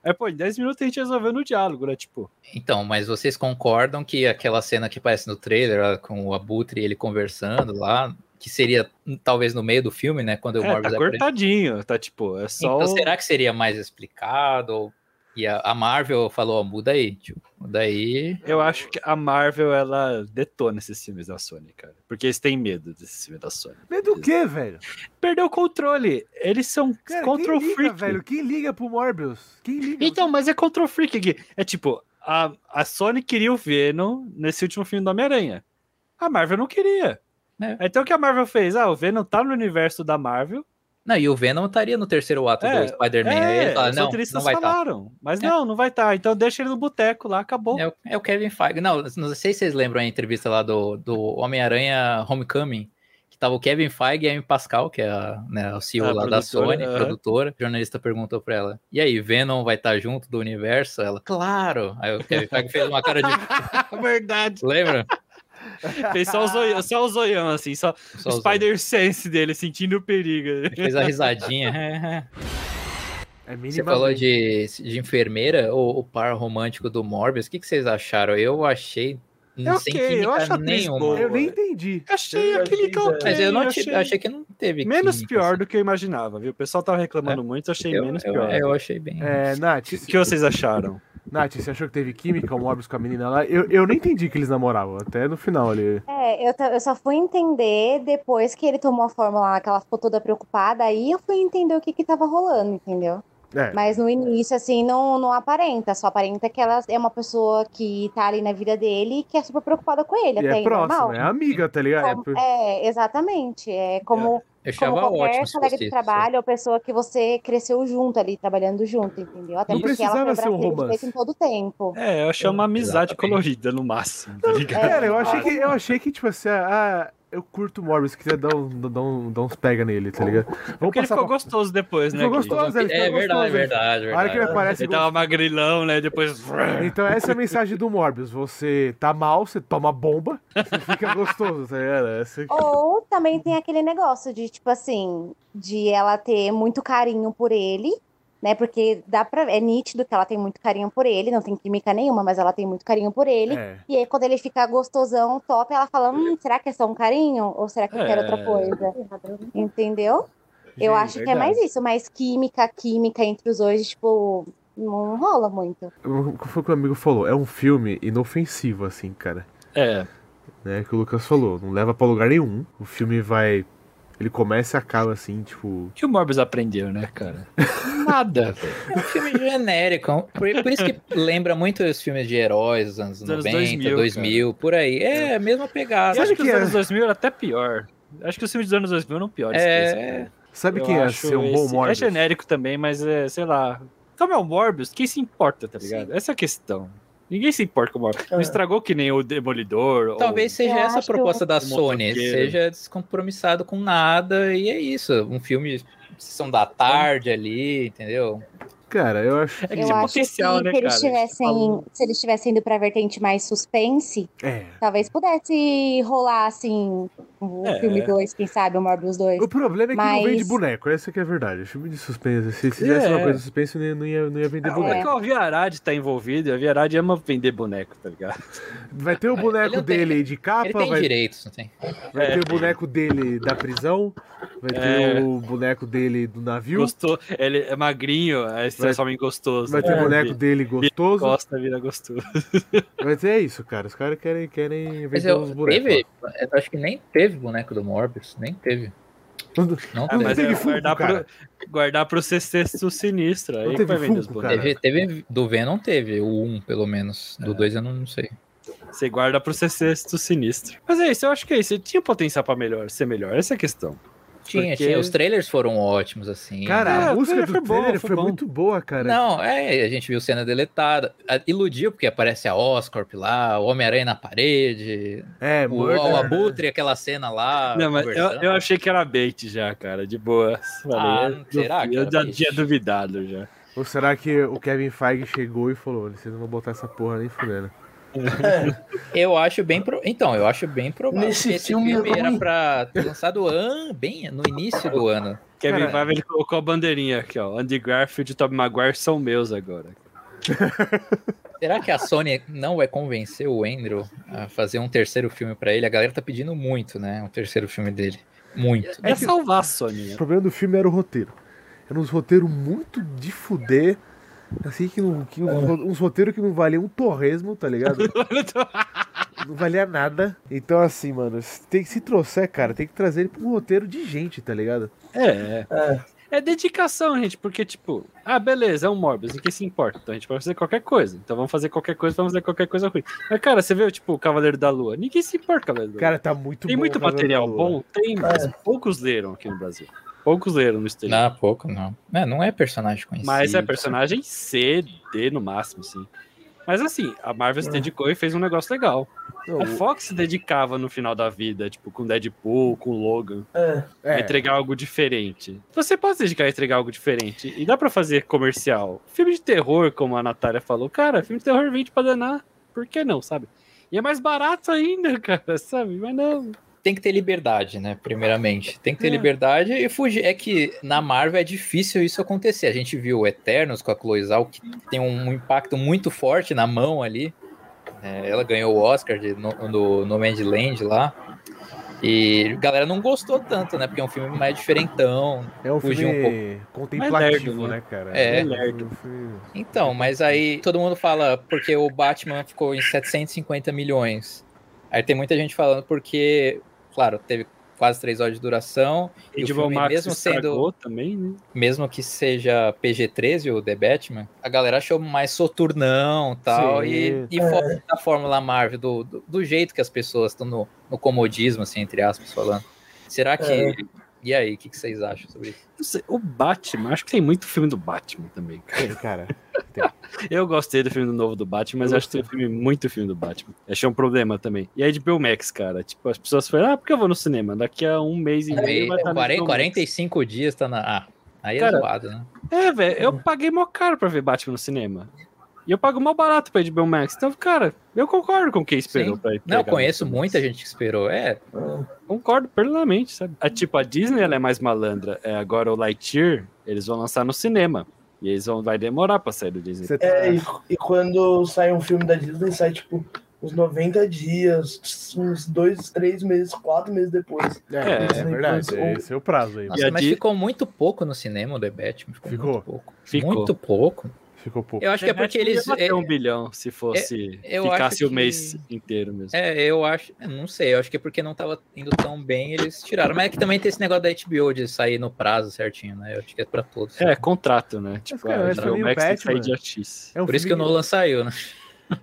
B: Aí, pô, em 10 minutos a gente resolveu no diálogo, né? Tipo,
D: Então, mas vocês concordam que aquela cena que aparece no trailer ó, com o Abutre e ele conversando lá, que seria hum, talvez no meio do filme, né? Quando o
B: é,
D: Morbius
B: tá
D: aparece.
B: cortadinho, tá tipo, é só.
D: Então,
B: o-
D: será que seria mais explicado? Ou- E a, a Marvel falou, ó, muda aí, tio. Muda aí.
B: Eu
A: É,
B: acho que a Marvel, ela detona esses filmes da Sony, cara. Porque eles têm medo desses filmes da Sony.
A: Medo do quê, velho?
B: Perdeu o controle. Eles são
A: Cara,
B: control
A: quem liga,
B: freak.
A: velho? Quem liga pro Morbius? Quem liga?
B: Então, mas é control freak aqui. É tipo, a, a Sony queria o Venom nesse último filme do Homem-Aranha. A Marvel não queria.
D: É.
B: Então o que a Marvel fez? Ah, o Venom tá no universo da Marvel.
D: Não, e o Venom estaria no terceiro ato
B: É,
D: do Spider-Man. aí ele fala,
B: os
D: não,
B: roteiristas
D: não vai estar.
B: falaram. Mas
D: É.
B: não, não vai estar. Então deixa ele no boteco lá, acabou.
D: É o, é o Kevin Feige. Não, não sei se vocês lembram a entrevista lá do, do Homem-Aranha Homecoming, que tava o Kevin Feige e a Amy Pascal, que é a, né, o CEO
B: A
D: lá da
B: produtora,
D: Sony,
B: aham.
D: produtora. O jornalista perguntou pra ela, e aí, Venom vai estar junto do universo? Ela, claro! Aí o Kevin Feige fez uma cara de... É
B: Verdade.
D: Lembra?
B: Fez só o zoião, só o zoião assim, só,
D: Só
B: o
D: os-
B: Spider-Sense dele, sentindo o perigo.
D: Fez a risadinha.
A: É
D: Você
A: minimamente.
D: falou de, de enfermeira ou o par romântico do Morbius. O que, que vocês acharam? Eu achei... Não
B: É
D: sem
B: ok, eu
D: química
B: acho a atriz
D: nenhuma.
B: boa.
A: Eu nem entendi.
B: Achei
C: Eu
B: aquele
C: achei,
B: que ok,
D: Mas eu não tive-
B: achei
D: achei que não teve
B: Menos
D: química,
B: pior
D: assim. É.
B: do que eu imaginava, viu? O pessoal tava reclamando muito, achei
D: eu,
B: menos
D: eu-
B: pior.
D: Eu achei bem.
A: É, Nath,
B: O que vocês acharam?
A: Nath, você achou que teve química o Morbius com a menina lá? Eu, eu não entendi que eles namoravam, até no final ali.
E: É, eu, ta- eu só fui entender depois que ele tomou a fórmula lá, que ela ficou toda preocupada, aí eu fui entender o que que tava rolando, entendeu?
A: É,
E: Mas no início, assim, não, não aparenta, só aparenta que ela é uma pessoa que tá ali na vida dele e que é super preocupada com ele,
A: e
E: até
A: é
E: aí, normal.
A: próximo, é amiga, tá ligado? É,
E: Como-
A: por-
E: É, exatamente. É como,
D: Eu achava
E: como
D: ótimo.
E: qualquer
D: se
E: colega
D: fosse
E: de
D: isso.
E: trabalho ou pessoa que você cresceu junto ali, trabalhando junto, entendeu? Até
A: Não
E: porque ela
A: precisava ser um
E: quebra aquele
A: romance.
E: jeito em todo o tempo.
B: É, eu achei uma amizade
D: Exatamente.
B: colorida no máximo, tá
E: é
B: ligado?
A: Cara, eu achei que, eu achei que tipo assim, ah, ah, eu curto o Morbius, queria dar, um, dar, um- dar uns pega nele, tá ligado? Vamos
B: Porque ele
A: passar
B: ficou
A: pra-
B: gostoso depois, né?
A: Ficou
B: Gui?
A: gostoso. ele
D: É
A: fica
D: verdade,
A: gostoso, ele-
D: verdade,
A: A hora que ele
D: verdado.
A: aparece...
B: Ele tava magrilão, né? Depois.
A: Então essa é a mensagem do Morbius, você tá mal, você toma bomba, você fica gostoso, tá ligado? Essa-
E: Ou também tem aquele negócio de, tipo assim, de ela ter muito carinho por ele, né? Porque dá pra, é nítido que ela tem muito carinho por ele, não tem química nenhuma, mas ela tem muito carinho por ele.
A: É.
E: E aí, quando ele fica gostosão, top, ela fala: hum, será que é só um carinho? Ou será que eu quero
B: É.
E: outra coisa? Entendeu? Eu
B: Sim,
E: acho que é
B: verdade.
E: mais isso, mais química, química entre os dois, tipo, não rola muito.
A: O que foi que o amigo falou? É um filme inofensivo, assim, cara.
B: É,
A: né? Que o Lucas falou, não leva pra lugar nenhum. O filme vai. Ele começa e acaba assim, tipo.
B: o que o Morbius aprendeu, né, cara? Nada, velho.
D: É um filme genérico. um, Por, por isso que lembra muito os filmes de heróis dos anos
B: Dos anos
D: 90,
B: 2000,
D: 2000, por aí. É a mesma pegada.
B: Eu
A: Sabe
B: acho que os
A: que é?
B: anos 2000 era até pior. Acho que os filmes dos anos 2000 não piores que esse, cara.
D: É,
A: Sabe
B: Eu
A: quem é
B: acho
A: ser um bom
B: esse-
A: Morbius?
B: É genérico também, mas é, sei lá. Como é o Morbius, quem se importa, tá ligado? Essa é a questão. Ninguém se importa com o Morbius. Não
C: É.
B: estragou que nem o Demolidor. ou-
D: talvez seja
E: Eu
D: essa a
E: acho
D: proposta da
B: um
D: Sony.
B: motoqueiro.
D: Seja descompromissado com nada. E é isso. Um filme sessão da tarde ali, entendeu?
A: Cara, eu acho.
B: É que
E: eu
B: tinha
E: acho que se
B: potencial, né, cara?
E: eles tivessem, se eles tivessem ido pra vertente mais suspense,
A: É.
E: talvez pudesse rolar assim o
B: É.
E: filme 2, quem sabe, o Morbius 2.
A: O problema é que
E: Mas-
A: não vende boneco, essa que é a verdade. O filme de suspense. Se fizesse
B: É.
A: uma coisa de suspense, não ia- não ia, não ia vender
B: Como é
A: boneco.
B: que o Viarad tá envolvido? e O Viarad ama vender boneco, tá ligado?
A: Vai ter o boneco
D: não tem-
A: dele de
D: Ele
A: capa,
D: tem
A: Ah, vai,
D: direitos, não tem?
A: vai
B: É.
A: ter o boneco dele da prisão, vai ter
B: É.
A: o boneco dele do navio,
B: Gostou. Ele é magrinho, aí se
A: Vai-
B: transforma em gostoso.
A: vai ter o
B: né?
A: boneco dele gostoso.
B: Gosta, vira gostoso.
A: Vai ter é isso, cara. Os caras querem, querem
D: Mas
A: vender os
D: eu,
A: bonecos.
D: teve, eu acho que nem teve boneco do Morbius. Nem teve.
A: Não-
D: Não
B: Ah,
D: teve.
B: mas
A: teve
B: é,
A: Funko,
B: guardar,
A: cara.
B: pro, guardar pro sexto sinistro. Aí
A: Não
B: que
A: teve
B: vai vender os
A: Funko,
B: bonecos.
A: cara.
D: Teve, teve do Venom teve, o 1 pelo menos. Do 2 eu não, não sei.
B: Você guarda pro sexto sinistro. Mas é isso, eu acho que é isso. Ele tinha potencial pra melhor, ser melhor. Essa é a questão.
D: Tinha,
B: Porque-
D: tinha. Os trailers foram ótimos, assim.
A: Cara,
B: É,
A: a
B: o
A: música
B: trailer
A: do
B: foi bom,
A: trailer
B: foi
A: foi
B: bom.
A: muito boa, cara.
D: Não, é, a gente viu cena deletada. A- Iludiu, porque aparece a Oscorp lá, o Homem-Aranha na parede,
A: É,
D: o,
A: murder.
B: né?
D: o Abutre, aquela cena lá.
B: Não, mas eu,
D: Ah, conversando.
B: eu achei que era bait já, cara, de boa. Falei,
D: Ah,
B: eu,
D: será que
B: eu
D: era
B: já
D: bait?
B: tinha duvidado já.
A: Ou será que o Kevin Feige chegou e falou: vocês não vão botar essa porra nem fudendo?
D: Eu acho bem pro... Então, eu acho bem provável
C: Nesse
D: que esse
C: filme
D: filme,
C: é
D: era
C: ruim.
D: pra ter lançado an... bem no início do ano.
B: Kevin
D: Cara,
B: Feige, ele colocou a bandeirinha aqui, ó. Andy Garfield e Tobey Maguire são meus agora.
D: Será que a Sony não vai convencer o Andrew a fazer um terceiro filme pra ele? A galera tá pedindo muito, né? Um terceiro filme dele. Muito.
B: É, salvar a Sony.
A: O problema do filme era o roteiro. Era uns roteiros muito de fuder. Assim, que, não, que uns, ro- uns roteiros que não valiam um torresmo, tá ligado?
D: então.
A: não valia nada. Então, assim, mano, se tem que se trouxer, cara, tem que trazer ele pra um roteiro de gente, tá ligado?
B: É. É dedicação, gente, porque, tipo, ah, beleza, é um Morbius, o que se importa? Então a gente pode fazer qualquer coisa. Então vamos fazer qualquer coisa, vamos fazer qualquer coisa ruim. Mas, cara, você vê, tipo, o Cavaleiro da Lua. Ninguém se importa, com o Cavaleiro da Lua.
A: Cara, tá muito
B: tem
A: bom.
B: muito
A: o Cavaleiro
B: material
A: da Lua.
B: bom, tem, mas poucos leram aqui no Brasil. Poucos leram no exterior.
D: Não, pouco não. É, não é personagem conhecido.
B: Mas é personagem C, D no máximo, sim. Mas assim, a Marvel
A: É.
B: se dedicou e fez um negócio legal.
A: Não,
B: A Fox se dedicava no final da vida, tipo, com Deadpool, com Logan,
C: É.
B: a
A: é,
B: entregar algo diferente. Você pode se dedicar a entregar algo diferente. E dá pra fazer comercial. Filme de terror, como a Natália falou, cara, filme de terror vende pra danar. Por que não, sabe? E é mais barato ainda, cara, sabe? Mas não.
D: Tem que ter liberdade, né? Primeiramente. Tem que ter
B: É.
D: liberdade e fugir. É que na Marvel é difícil isso acontecer. A gente viu o Eternos com a Chloe Zhao, que tem um impacto muito forte na mão ali. É, ela ganhou o Oscar de, no, do No Man's Land lá. E a galera não gostou tanto, né? Porque é um filme mais diferentão,
A: é um
D: fugir um
A: filme
B: Mais lerdo,
A: contemplativo,
B: né?
A: né, cara?
D: É.
B: Lerdo.
A: um filme-
D: Então, mas aí todo mundo fala porque o Batman ficou em 750 milhões. Aí tem muita gente falando porque, claro, teve quase três horas de duração, E o
B: Edival
D: filme,
B: Max
D: mesmo sendo-
B: estragou também, né?
D: mesmo que seja PG-13 ou The Batman, a galera achou mais soturnão tal,
A: Sim.
D: e, e fora da fórmula Marvel, do, do, do jeito que as pessoas estão no, no comodismo, assim, entre aspas, falando. Será que...
C: É.
D: E aí, o que, que vocês acham sobre isso?
B: Não sei, o Batman, acho que tem muito filme do Batman também. cara.
A: Tem, cara.
B: Eu gostei do filme novo do Batman, mas
A: Eu
B: acho que tem filme, muito filme do Batman. Achei um problema também. E aí de Bill Max, cara, tipo, as pessoas falam, ah, por que eu vou no cinema? Daqui a um mês e meio vai estar no
D: 40,
B: HBO Max."
D: 45 dias tá na... Ah, aí é
B: Cara,
D: zoado, né?
B: É, velho, eu paguei mó caro pra ver Batman no cinema. E eu pago mó barato pra ir de Bill Max. Então, cara, eu concordo com quem esperou
D: Sim.
B: pra ir.
D: Não, eu
B: pegar
D: conheço
B: no cinema.
D: muita gente que esperou. É,
B: Concordo plenamente, sabe? A, tipo, a Disney ela é mais malandra. É, agora o Lightyear, eles vão lançar no cinema. E eles vão, vai demorar pra sair do Disney.
A: Você tá...
C: É, e, e quando sai um filme da Disney, sai tipo uns 90 dias, uns dois, três meses, quatro meses depois.
A: é,
B: é,
A: é verdade.
C: Disney
A: Esse é o prazo aí.
D: Nossa,
B: E a
D: mas
B: Di-
D: ficou muito pouco no cinema o The Batman. Ficou,
A: Ficou.
D: muito pouco.
B: Ficou.
D: Muito pouco.
A: Ficou pouco.
D: Eu acho que é porque
B: Internet
D: eles.
B: não ia bater
D: é-
B: um bilhão se fosse
D: eu
B: ficasse
D: acho
B: o mês
D: que-
B: inteiro mesmo.
D: É, eu acho. eu não sei, eu acho que é porque não tava indo tão bem, eles tiraram. Mas é que também tem esse negócio da HBO de sair no prazo certinho, né? Eu acho que é pra todos.
B: É, contrato, né? Tipo,
A: cara,
B: ah,
A: esse
B: o
A: filme,
B: Max tem que sair
A: Batman,
B: de X.
A: É um
D: Por isso que o
A: filme
D: Nolan saiu, né?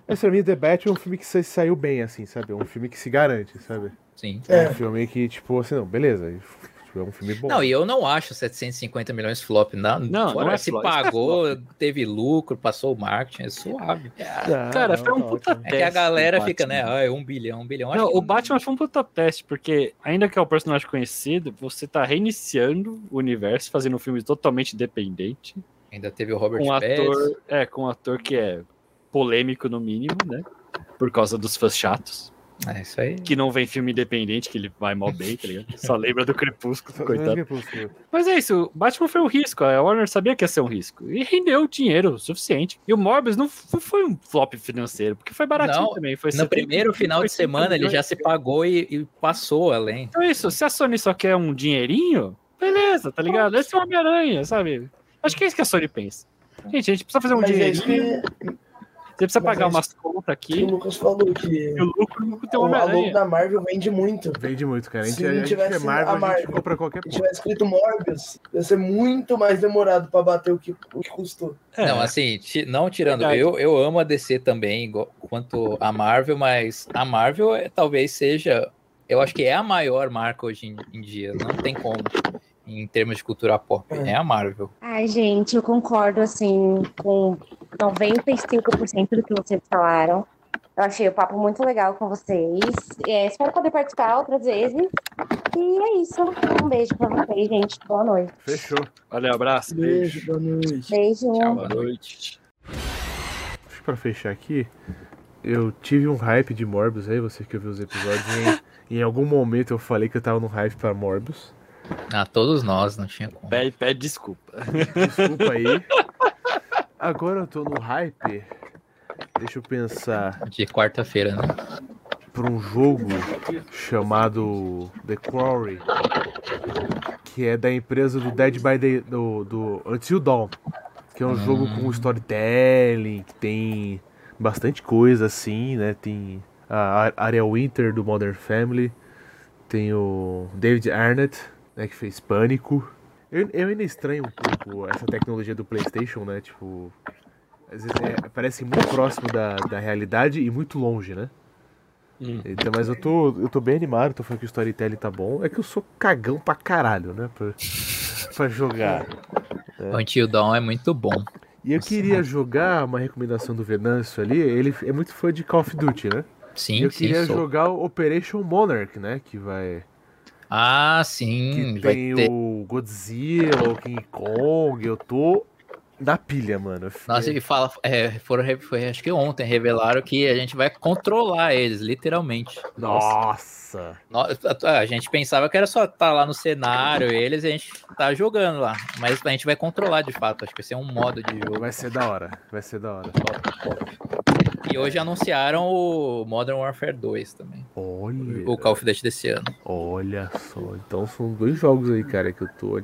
A: Mas pra mim, The Batman é um filme que sa- saiu bem, assim, sabe? É um filme que se garante, sabe?
D: Sim.
A: É,
C: É.
A: um filme que, tipo, assim, não, beleza. tipo, É um filme bom.
D: Não, e eu não acho 750 milhões flop. Não,
B: Não,
D: Fora
B: não é
D: se
B: flop, isso é
D: pagou, teve lucro, passou o marketing, é suave.
A: Ah, Não,
B: Cara,
A: não,
B: foi um
A: tá
B: puta
A: ótimo.
D: É que a
B: Teste do
D: galera fica, né?
B: Batman.
D: Ah, é um bilhão, um bilhão.
B: Não,
D: Acho
B: o
D: que-
B: Batman foi um puta teste, porque ainda que é o personagem conhecido, você tá reiniciando o universo, fazendo um filme totalmente independente.
D: Ainda teve o Robert
B: Com um
D: Pattinson.
B: ator. É, com um ator que é polêmico no mínimo, né? Por causa dos fãs chatos.
D: É, isso aí.
B: Que não vem filme independente, que ele vai mal bem, tá ligado? Só lembra do Crepúsculo,
A: Só-
B: coitado.
A: Crepúsculo.
B: Mas é isso, o Batman foi um risco, a Warner sabia que ia ser um risco. E rendeu dinheiro o suficiente. E o Morbius não f- foi um flop financeiro, porque foi baratinho
D: Não,
B: também. Foi
D: No
B: 70,
D: primeiro final de
B: 80
D: semana ele
B: milhões.
D: já se pagou e, e passou além.
B: Então é isso, se a Sony só quer um dinheirinho, beleza, tá ligado? Esse é o Homem-Aranha, sabe? Acho que é isso que a Sony pensa. Gente, a gente precisa fazer um
C: Mas é isso
B: dinheirinho,
C: que,
B: você precisa
C: mas
B: pagar
C: é
B: umas contas
C: que o
B: aqui,
C: Lucas falou, que
B: e o lucro não tem
C: o
B: o
C: valor
B: Homem-Aranha.
C: da Marvel vende muito.
A: Vende muito, cara. A gente,
C: Se não
A: a gente
C: tivesse
A: é Marvel,
C: a
A: a gente
C: Marvel.
A: compra qualquer
C: Se
A: porra.
C: tiver escrito Morbius, ia ser muito mais demorado pra bater o que, o que custou.
B: É.
D: Não, assim, ti- não tirando.
B: Verdade.
D: Eu, eu amo a DC também, igual- quanto a Marvel, mas a Marvel é, talvez seja. Eu acho que é a maior marca hoje em, em dia. Não tem como. Em termos de cultura pop. É a Marvel.
E: Ai, gente, eu concordo, assim, com 95% do que vocês falaram. Eu achei o papo muito legal com vocês. É, espero poder participar outras vezes. E é isso. Um beijo pra vocês, gente. Boa noite.
A: Fechou.
B: Valeu, abraço, beijo.
C: Beijo, boa noite.
E: Beijo.
D: Tchau,
B: Boa
D: mano.
B: noite.
A: Acho que pra fechar aqui, Eu tive um hype de Morbius aí, você que ouviu os episódios. Em, em algum momento eu falei que eu tava no hype pra Morbius.
D: Ah, todos nós, não tinha
A: É.
D: como.
B: Pede, pede desculpa.
A: Desculpa aí. Agora eu tô no hype. Deixa eu pensar
D: De quarta-feira, né?
A: por um jogo chamado The Quarry, que é da empresa do Dead by Day, do, do Until Dawn, que é um jogo com storytelling, que tem bastante coisa assim, né? Tem a Ar- Ariel Winter do Modern Family, tem o David Arnett, né, que fez Pânico. Eu, eu ainda estranho um pouco essa tecnologia do PlayStation, né? Tipo, às vezes é- parece muito próximo da, da realidade e muito longe, né? Então, mas eu tô, eu tô bem animado, tô falando que o storytelling tá bom. É que eu sou cagão pra caralho, né? Pra, pra jogar.
D: O Until Dawn é muito bom.
A: E eu queria jogar uma recomendação do Venâncio ali. Ele é muito fã de Call of Duty, né? E
D: Sim,
A: eu
D: sim,
A: queria
D: sou.
A: jogar o Operation Monarch, né? Que vai.
D: Ah,
A: Que
D: sim, vai
A: tem
D: ter.
A: o Godzilla, o King Kong. Eu tô na pilha, mano. Eu fiquei-
D: Nossa, e fala, é, foram, re- foi, acho que ontem revelaram que a gente vai controlar eles, literalmente.
A: Nossa!
D: No- a- A gente pensava que era só estar lá no cenário, eles, e a gente tá jogando lá. Mas a gente vai controlar de fato, acho que vai ser um modo de jogo.
A: Vai ser da hora, vai ser da hora.
D: E hoje anunciaram o Modern Warfare 2 também.
A: Olha,
D: O Call of Duty desse ano.
A: olha só. Então são dois jogos aí, cara, que eu tô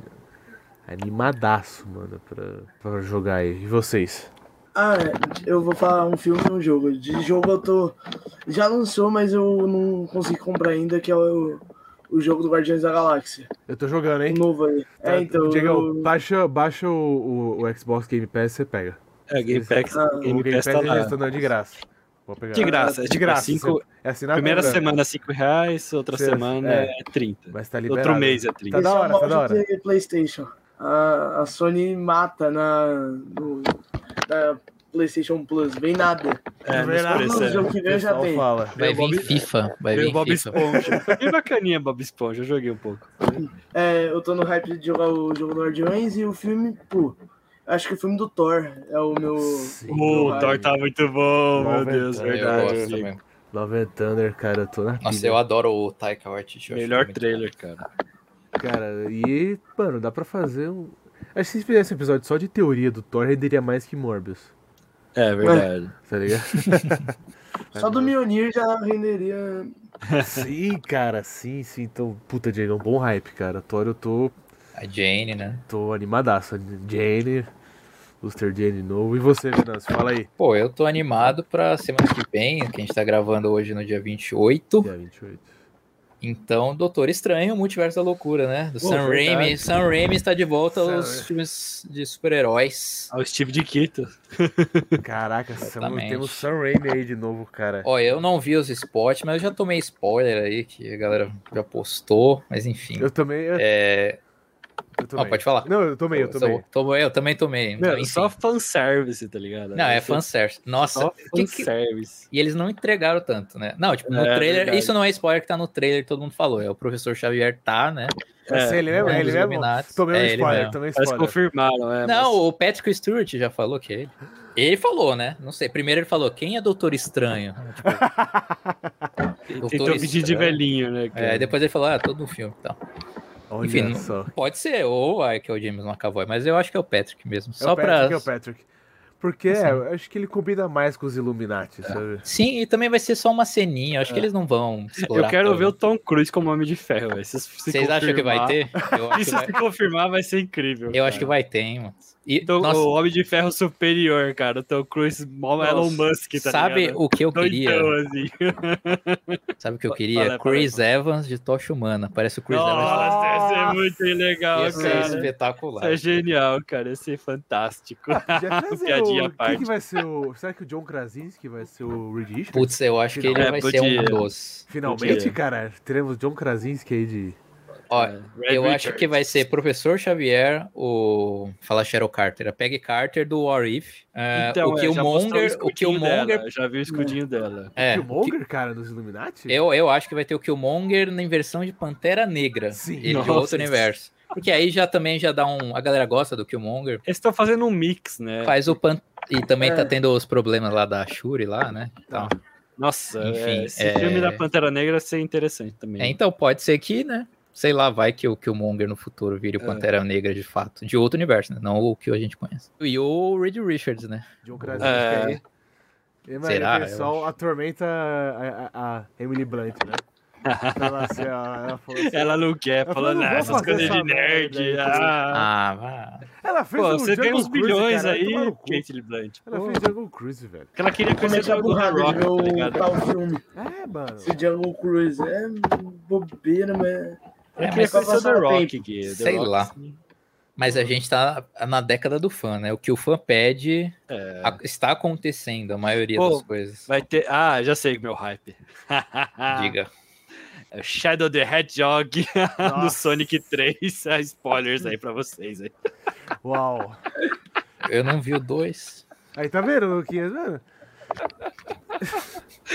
A: animadaço, mano, pra, pra jogar aí. E vocês?
C: Ah, eu vou falar um filme e um jogo. De jogo eu tô. Já lançou, mas eu não consegui comprar ainda, que é o, o jogo do Guardiões da Galáxia.
A: Eu tô jogando,
C: O
A: hein? Tá,
C: novo aí. É, então.
A: Diegão,
C: eu-
A: baixa, baixa o, o- o Xbox Game Pass e você pega.
B: É, Game Pass,
C: Ah,
A: o
B: Game Pass tá
A: eles
B: lá.
A: estão dando de graça. Vou pegar.
B: De graça, é
A: de
B: tipo
A: graça.
B: cinco-
A: você- É assinar
B: Primeira
A: agora,
B: semana 5 reais, outra
A: Certo,
B: semana
A: é.
B: é 30.
A: Mas tá liberado.
B: Outro mês é 30.
A: Tá da hora,
C: Esse
A: tá
C: é
A: da
C: um
A: hora.
C: áudio de PlayStation. A, a Sony mata na no, da PlayStation Plus, vem
B: É,
C: nada.
B: nos
A: Tá Liberado.
B: preços,
C: Não,
B: é.
C: jogo que vem já
A: O pessoal
C: tem.
A: fala.
D: Vai
B: Veio o
D: vir
B: Bob-
D: FIFA, vai
B: Veio
D: vir
B: Bob
D: FIFA.
B: Esponja. Foi Bem bacaninha Bob Esponja, eu joguei um pouco.
C: É, eu tô no hype de jogar o jogo do Guardiões e o filme, pô. Acho que o filme do Thor é o meu.
A: Sim.
B: Oh, o
C: vai.
B: Thor tá muito bom, meu
A: Noventa,
B: Deus,
A: eu
D: Eu
B: verdade.
D: gosto
B: amigo.
D: também.
A: Love and Thunder, cara, eu tô na
D: Nossa,
A: pilha.
D: eu adoro o Taika Waititi. eu acho
B: Melhor
D: muito
B: trailer, cara.
A: Cara, e, mano, dá pra fazer um. Acho que se fizesse um episódio só de teoria do Thor, renderia mais que Morbius.
B: É verdade.
A: Tá ligado?
C: Só
A: é.
C: do Mionir já renderia.
A: Sim, cara, sim, sim. Então, puta, Diego, é um bom hype, cara. Thor, eu tô,
D: A Jane, né?
A: tô animadaço. Jane, Buster Jane novo. E você, Venâncio, fala aí.
D: Pô, eu tô animado pra semana que vem, que a gente tá gravando hoje no dia 28.
A: Dia 28.
D: Então, Doutor Estranho, Multiverso da Loucura, né? Do
A: Pô,
D: Sam
A: verdade.
D: Raimi. Sam Raimi está de volta
A: Sam
D: aos
A: Raimi.
D: filmes de super-heróis.
B: Ah, O Steve de Quito.
A: Caraca, essa semana
D: Exatamente.
A: temos Sam Raimi aí de novo, cara.
D: Ó, eu não vi os spots, mas eu já tomei spoiler aí, que a galera já postou, mas enfim.
A: Eu também. Eu,
D: É...
A: eu tomei.
D: Não, pode falar.
A: Não, eu tomei, eu tomei.
D: Sou- tomei, eu também tomei. então,
B: Mano,
D: enfim.
B: só fanservice, tá ligado?
D: Não, é
B: Esse-
D: fanservice. Nossa,
B: Só
D: que que-
B: fanservice.
D: E eles não entregaram tanto, né? Não, tipo, no
B: É,
D: trailer.
B: verdade.
D: Isso não é spoiler que tá no trailer, todo mundo falou. É o professor Xavier tá, né?
A: É,
B: É,
A: ele mesmo, é
D: um
A: ele
D: dos
A: mesmo.
D: Illuminati.
A: Tomei um
D: É, ele
A: spoiler,
D: mesmo.
A: tomei um
B: Mas
A: spoiler.
B: confirmaram, é.
D: Não, o Patrick Stewart já falou que é ele. Ele falou, né? Não sei. Primeiro ele falou, quem é Doutor Estranho? Tipo,
B: mas
D: Doutor
B: Tentou pedir de
D: Estranho.
B: velhinho, né? cara?
D: É, depois ele falou, ah, todo no filme e tal.
A: Olha
D: Enfim,
A: só.
D: Pode ser, ou ah, que é o James McAvoy, mas eu acho que é o Patrick mesmo.
A: É
D: Só
A: o Patrick,
D: pra. Assim.
A: é o Patrick. Porque é, eu acho que ele combina mais com os
B: É.
A: Illuminati, sabe?
D: Sim, e também vai ser só uma ceninha. Eu acho que eles não vão explorar.
B: Eu quero
D: tanto.
B: ver o Tom Cruise como Homem de Ferro, velho. Se isso se
D: Vocês acham que vai
B: confirmar- é
D: ter? Eu
B: E
D: acho que
B: se
D: vai,
B: se confirmar, vai ser incrível.
D: né? eu acho que vai ter, hein, mano. E,
B: Então,
D: nossa,
B: o Homem de Ferro superior, cara. O Tom Cruise, mó Elon Musk, tá
D: sabe
B: ligado?
D: o que eu
B: Então,
D: queria?
B: então, assim.
D: Sabe o que eu
B: Fala,
D: queria?
B: fala,
D: Chris Evans de Tocha Humana. Parece o Chris Evans.
B: Nossa, ia ser muito
D: de-
B: legal,
D: né? Ia ser
B: cara. Isso
D: espetacular.
B: é genial, cara. Ia ser fantástico.
A: Já trazer
B: Piadinha
A: o...
B: à
A: Quem
B: parte.
A: que vai ser o... Será que o John Krasinski vai ser o Reed Richards?
D: Putz, eu acho que ele
B: É,
D: vai ser
B: podia.
D: um dos.
A: Finalmente,
B: podia.
A: cara, teremos John Krasinski aí de...
D: Ó,
B: É, Red
D: eu acho que
B: Richards.
D: vai ser Professor Xavier, o. Fala Cheryl Carter, a Peggy Carter do What If. é,
B: Então, é,
D: o
B: já
D: Killmonger.
B: mostrou
D: O
B: escudinho
D: Killmonger.
B: dela, Já vi o escudinho dela.
D: É, o Ki-
A: Killmonger, cara, dos Illuminati?
D: eu, eu acho que vai ter o Killmonger na versão de Pantera Negra.
A: Sim.
D: ele de
B: Nossa.
D: outro universo. Porque aí já também já dá um. A galera gosta do Killmonger.
B: Eles estão fazendo um mix, né?
D: Faz o pan... E também
C: É.
D: tá tendo os problemas lá da Shuri lá, né? Então,
B: Nossa,
D: Enfim,
B: é, esse
D: é-
B: filme da Pantera Negra ia ser interessante
D: É,
B: também.
D: então pode ser que, né? Sei lá, vai que o Killmonger no futuro vire o
B: É.
D: Pantera Negra de fato, de outro universo, né? Não o que a gente conhece. E o Reed Richards, né?
A: John
B: É.
A: Krasinski aí. E, é mano,
D: Será?
A: o pessoal
D: Eu
A: atormenta a, a- a Emily Blunt, né? Ela, assim, ela, ela falou assim-
B: Ela não quer,
A: Ela falou,
B: falando "Ah,
A: "Não vou
B: essas
A: fazer
B: coisas
A: essa
B: de nerd.
A: merda aí,
B: ah,
D: Ah, vá.
A: Ela fez
B: pô,
A: o
B: você tem
A: Jungle
B: uns
A: Cruise,
B: bilhões
A: cara, vai tomar
B: aí,
A: no cu.
B: Kate Blunt.
A: Ela
B: Pô,
A: fez Jungle Cruise, velho.
B: é que ela queria conhecer
C: Comecei a
B: o do
C: burrada de
B: Rock,
C: ver
B: tá
C: o
B: ligado?
C: tal filme,
A: É, mano.
C: esse Jungle Cruise. É bobeira, mas.
D: É,
B: Ela queria
D: mas
C: pra
B: conhecer o
C: passar
B: The
C: o
B: Rock. Que, The
D: Sei
B: Rock,
D: lá.
B: assim,
D: Mas a gente tá na década do fã, né? O que o fã pede
B: é.
D: a- está acontecendo, a maioria
B: Pô,
D: das coisas.
B: Vai ter. Ah, já sei meu hype. Ah.
D: Diga.
B: É o Shadow the Hedgehog do
A: Nossa.
B: Sonic 3. Ah, Spoilers aí pra vocês. Aí.
A: Uau.
D: Eu não vi o dois.
A: Aí tá vendo, Luquinhas? Mano,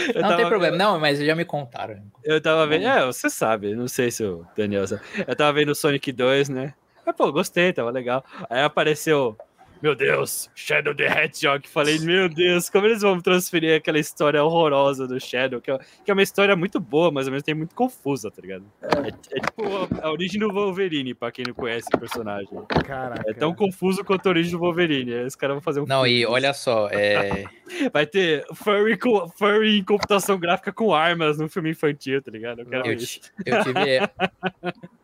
B: Eu
D: Não
B: tava-
D: tem problema, não, mas já me contaram.
B: Eu tava vendo. É, você sabe, não sei se o Daniel sabe. Eu tava vendo o Sonic 2, né? Aí, pô, gostei, tava legal. Aí apareceu. Meu Deus, Shadow the Hedgehog. Falei, meu Deus, como eles vão transferir aquela história horrorosa do Shadow, que é, que é uma história muito boa, mas ao mesmo tempo muito confusa, tá ligado? É, é tipo a, a origem do Wolverine, pra quem não conhece o personagem.
A: caraca.
B: É tão confuso quanto a origem do Wolverine. Aí os caras vão fazer um.
D: Não,
B: filme
D: e
B: disso.
D: olha só, é,
B: Vai ter furry, com, furry em computação gráfica com armas num filme infantil, tá ligado? Eu quero
D: Eu,
B: isso.
D: ti- eu tive. é,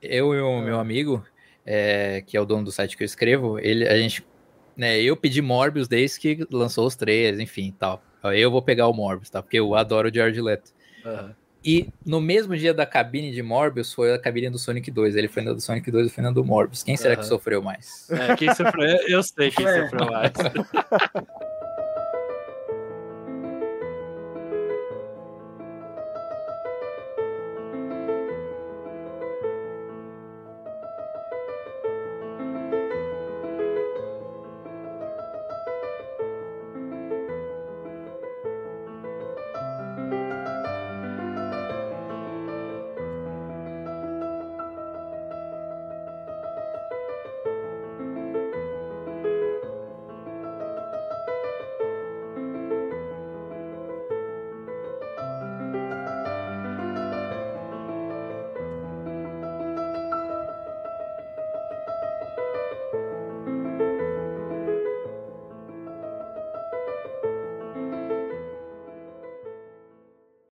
D: eu e o meu amigo, é, que é o dono do site que eu escrevo, ele, a gente. Né, eu pedi Morbius desde que lançou os três, enfim e tal. Eu vou pegar o Morbius, tá? Porque eu adoro o George Leto.
B: Aham.
D: E no mesmo dia da cabine de Morbius foi a cabine do Sonic 2. Ele foi na do Sonic 2 e foi na do Morbius. Quem será que
B: Aham.
D: sofreu mais?
B: É, quem sofreu, eu sei quem
C: É.
B: sofreu mais.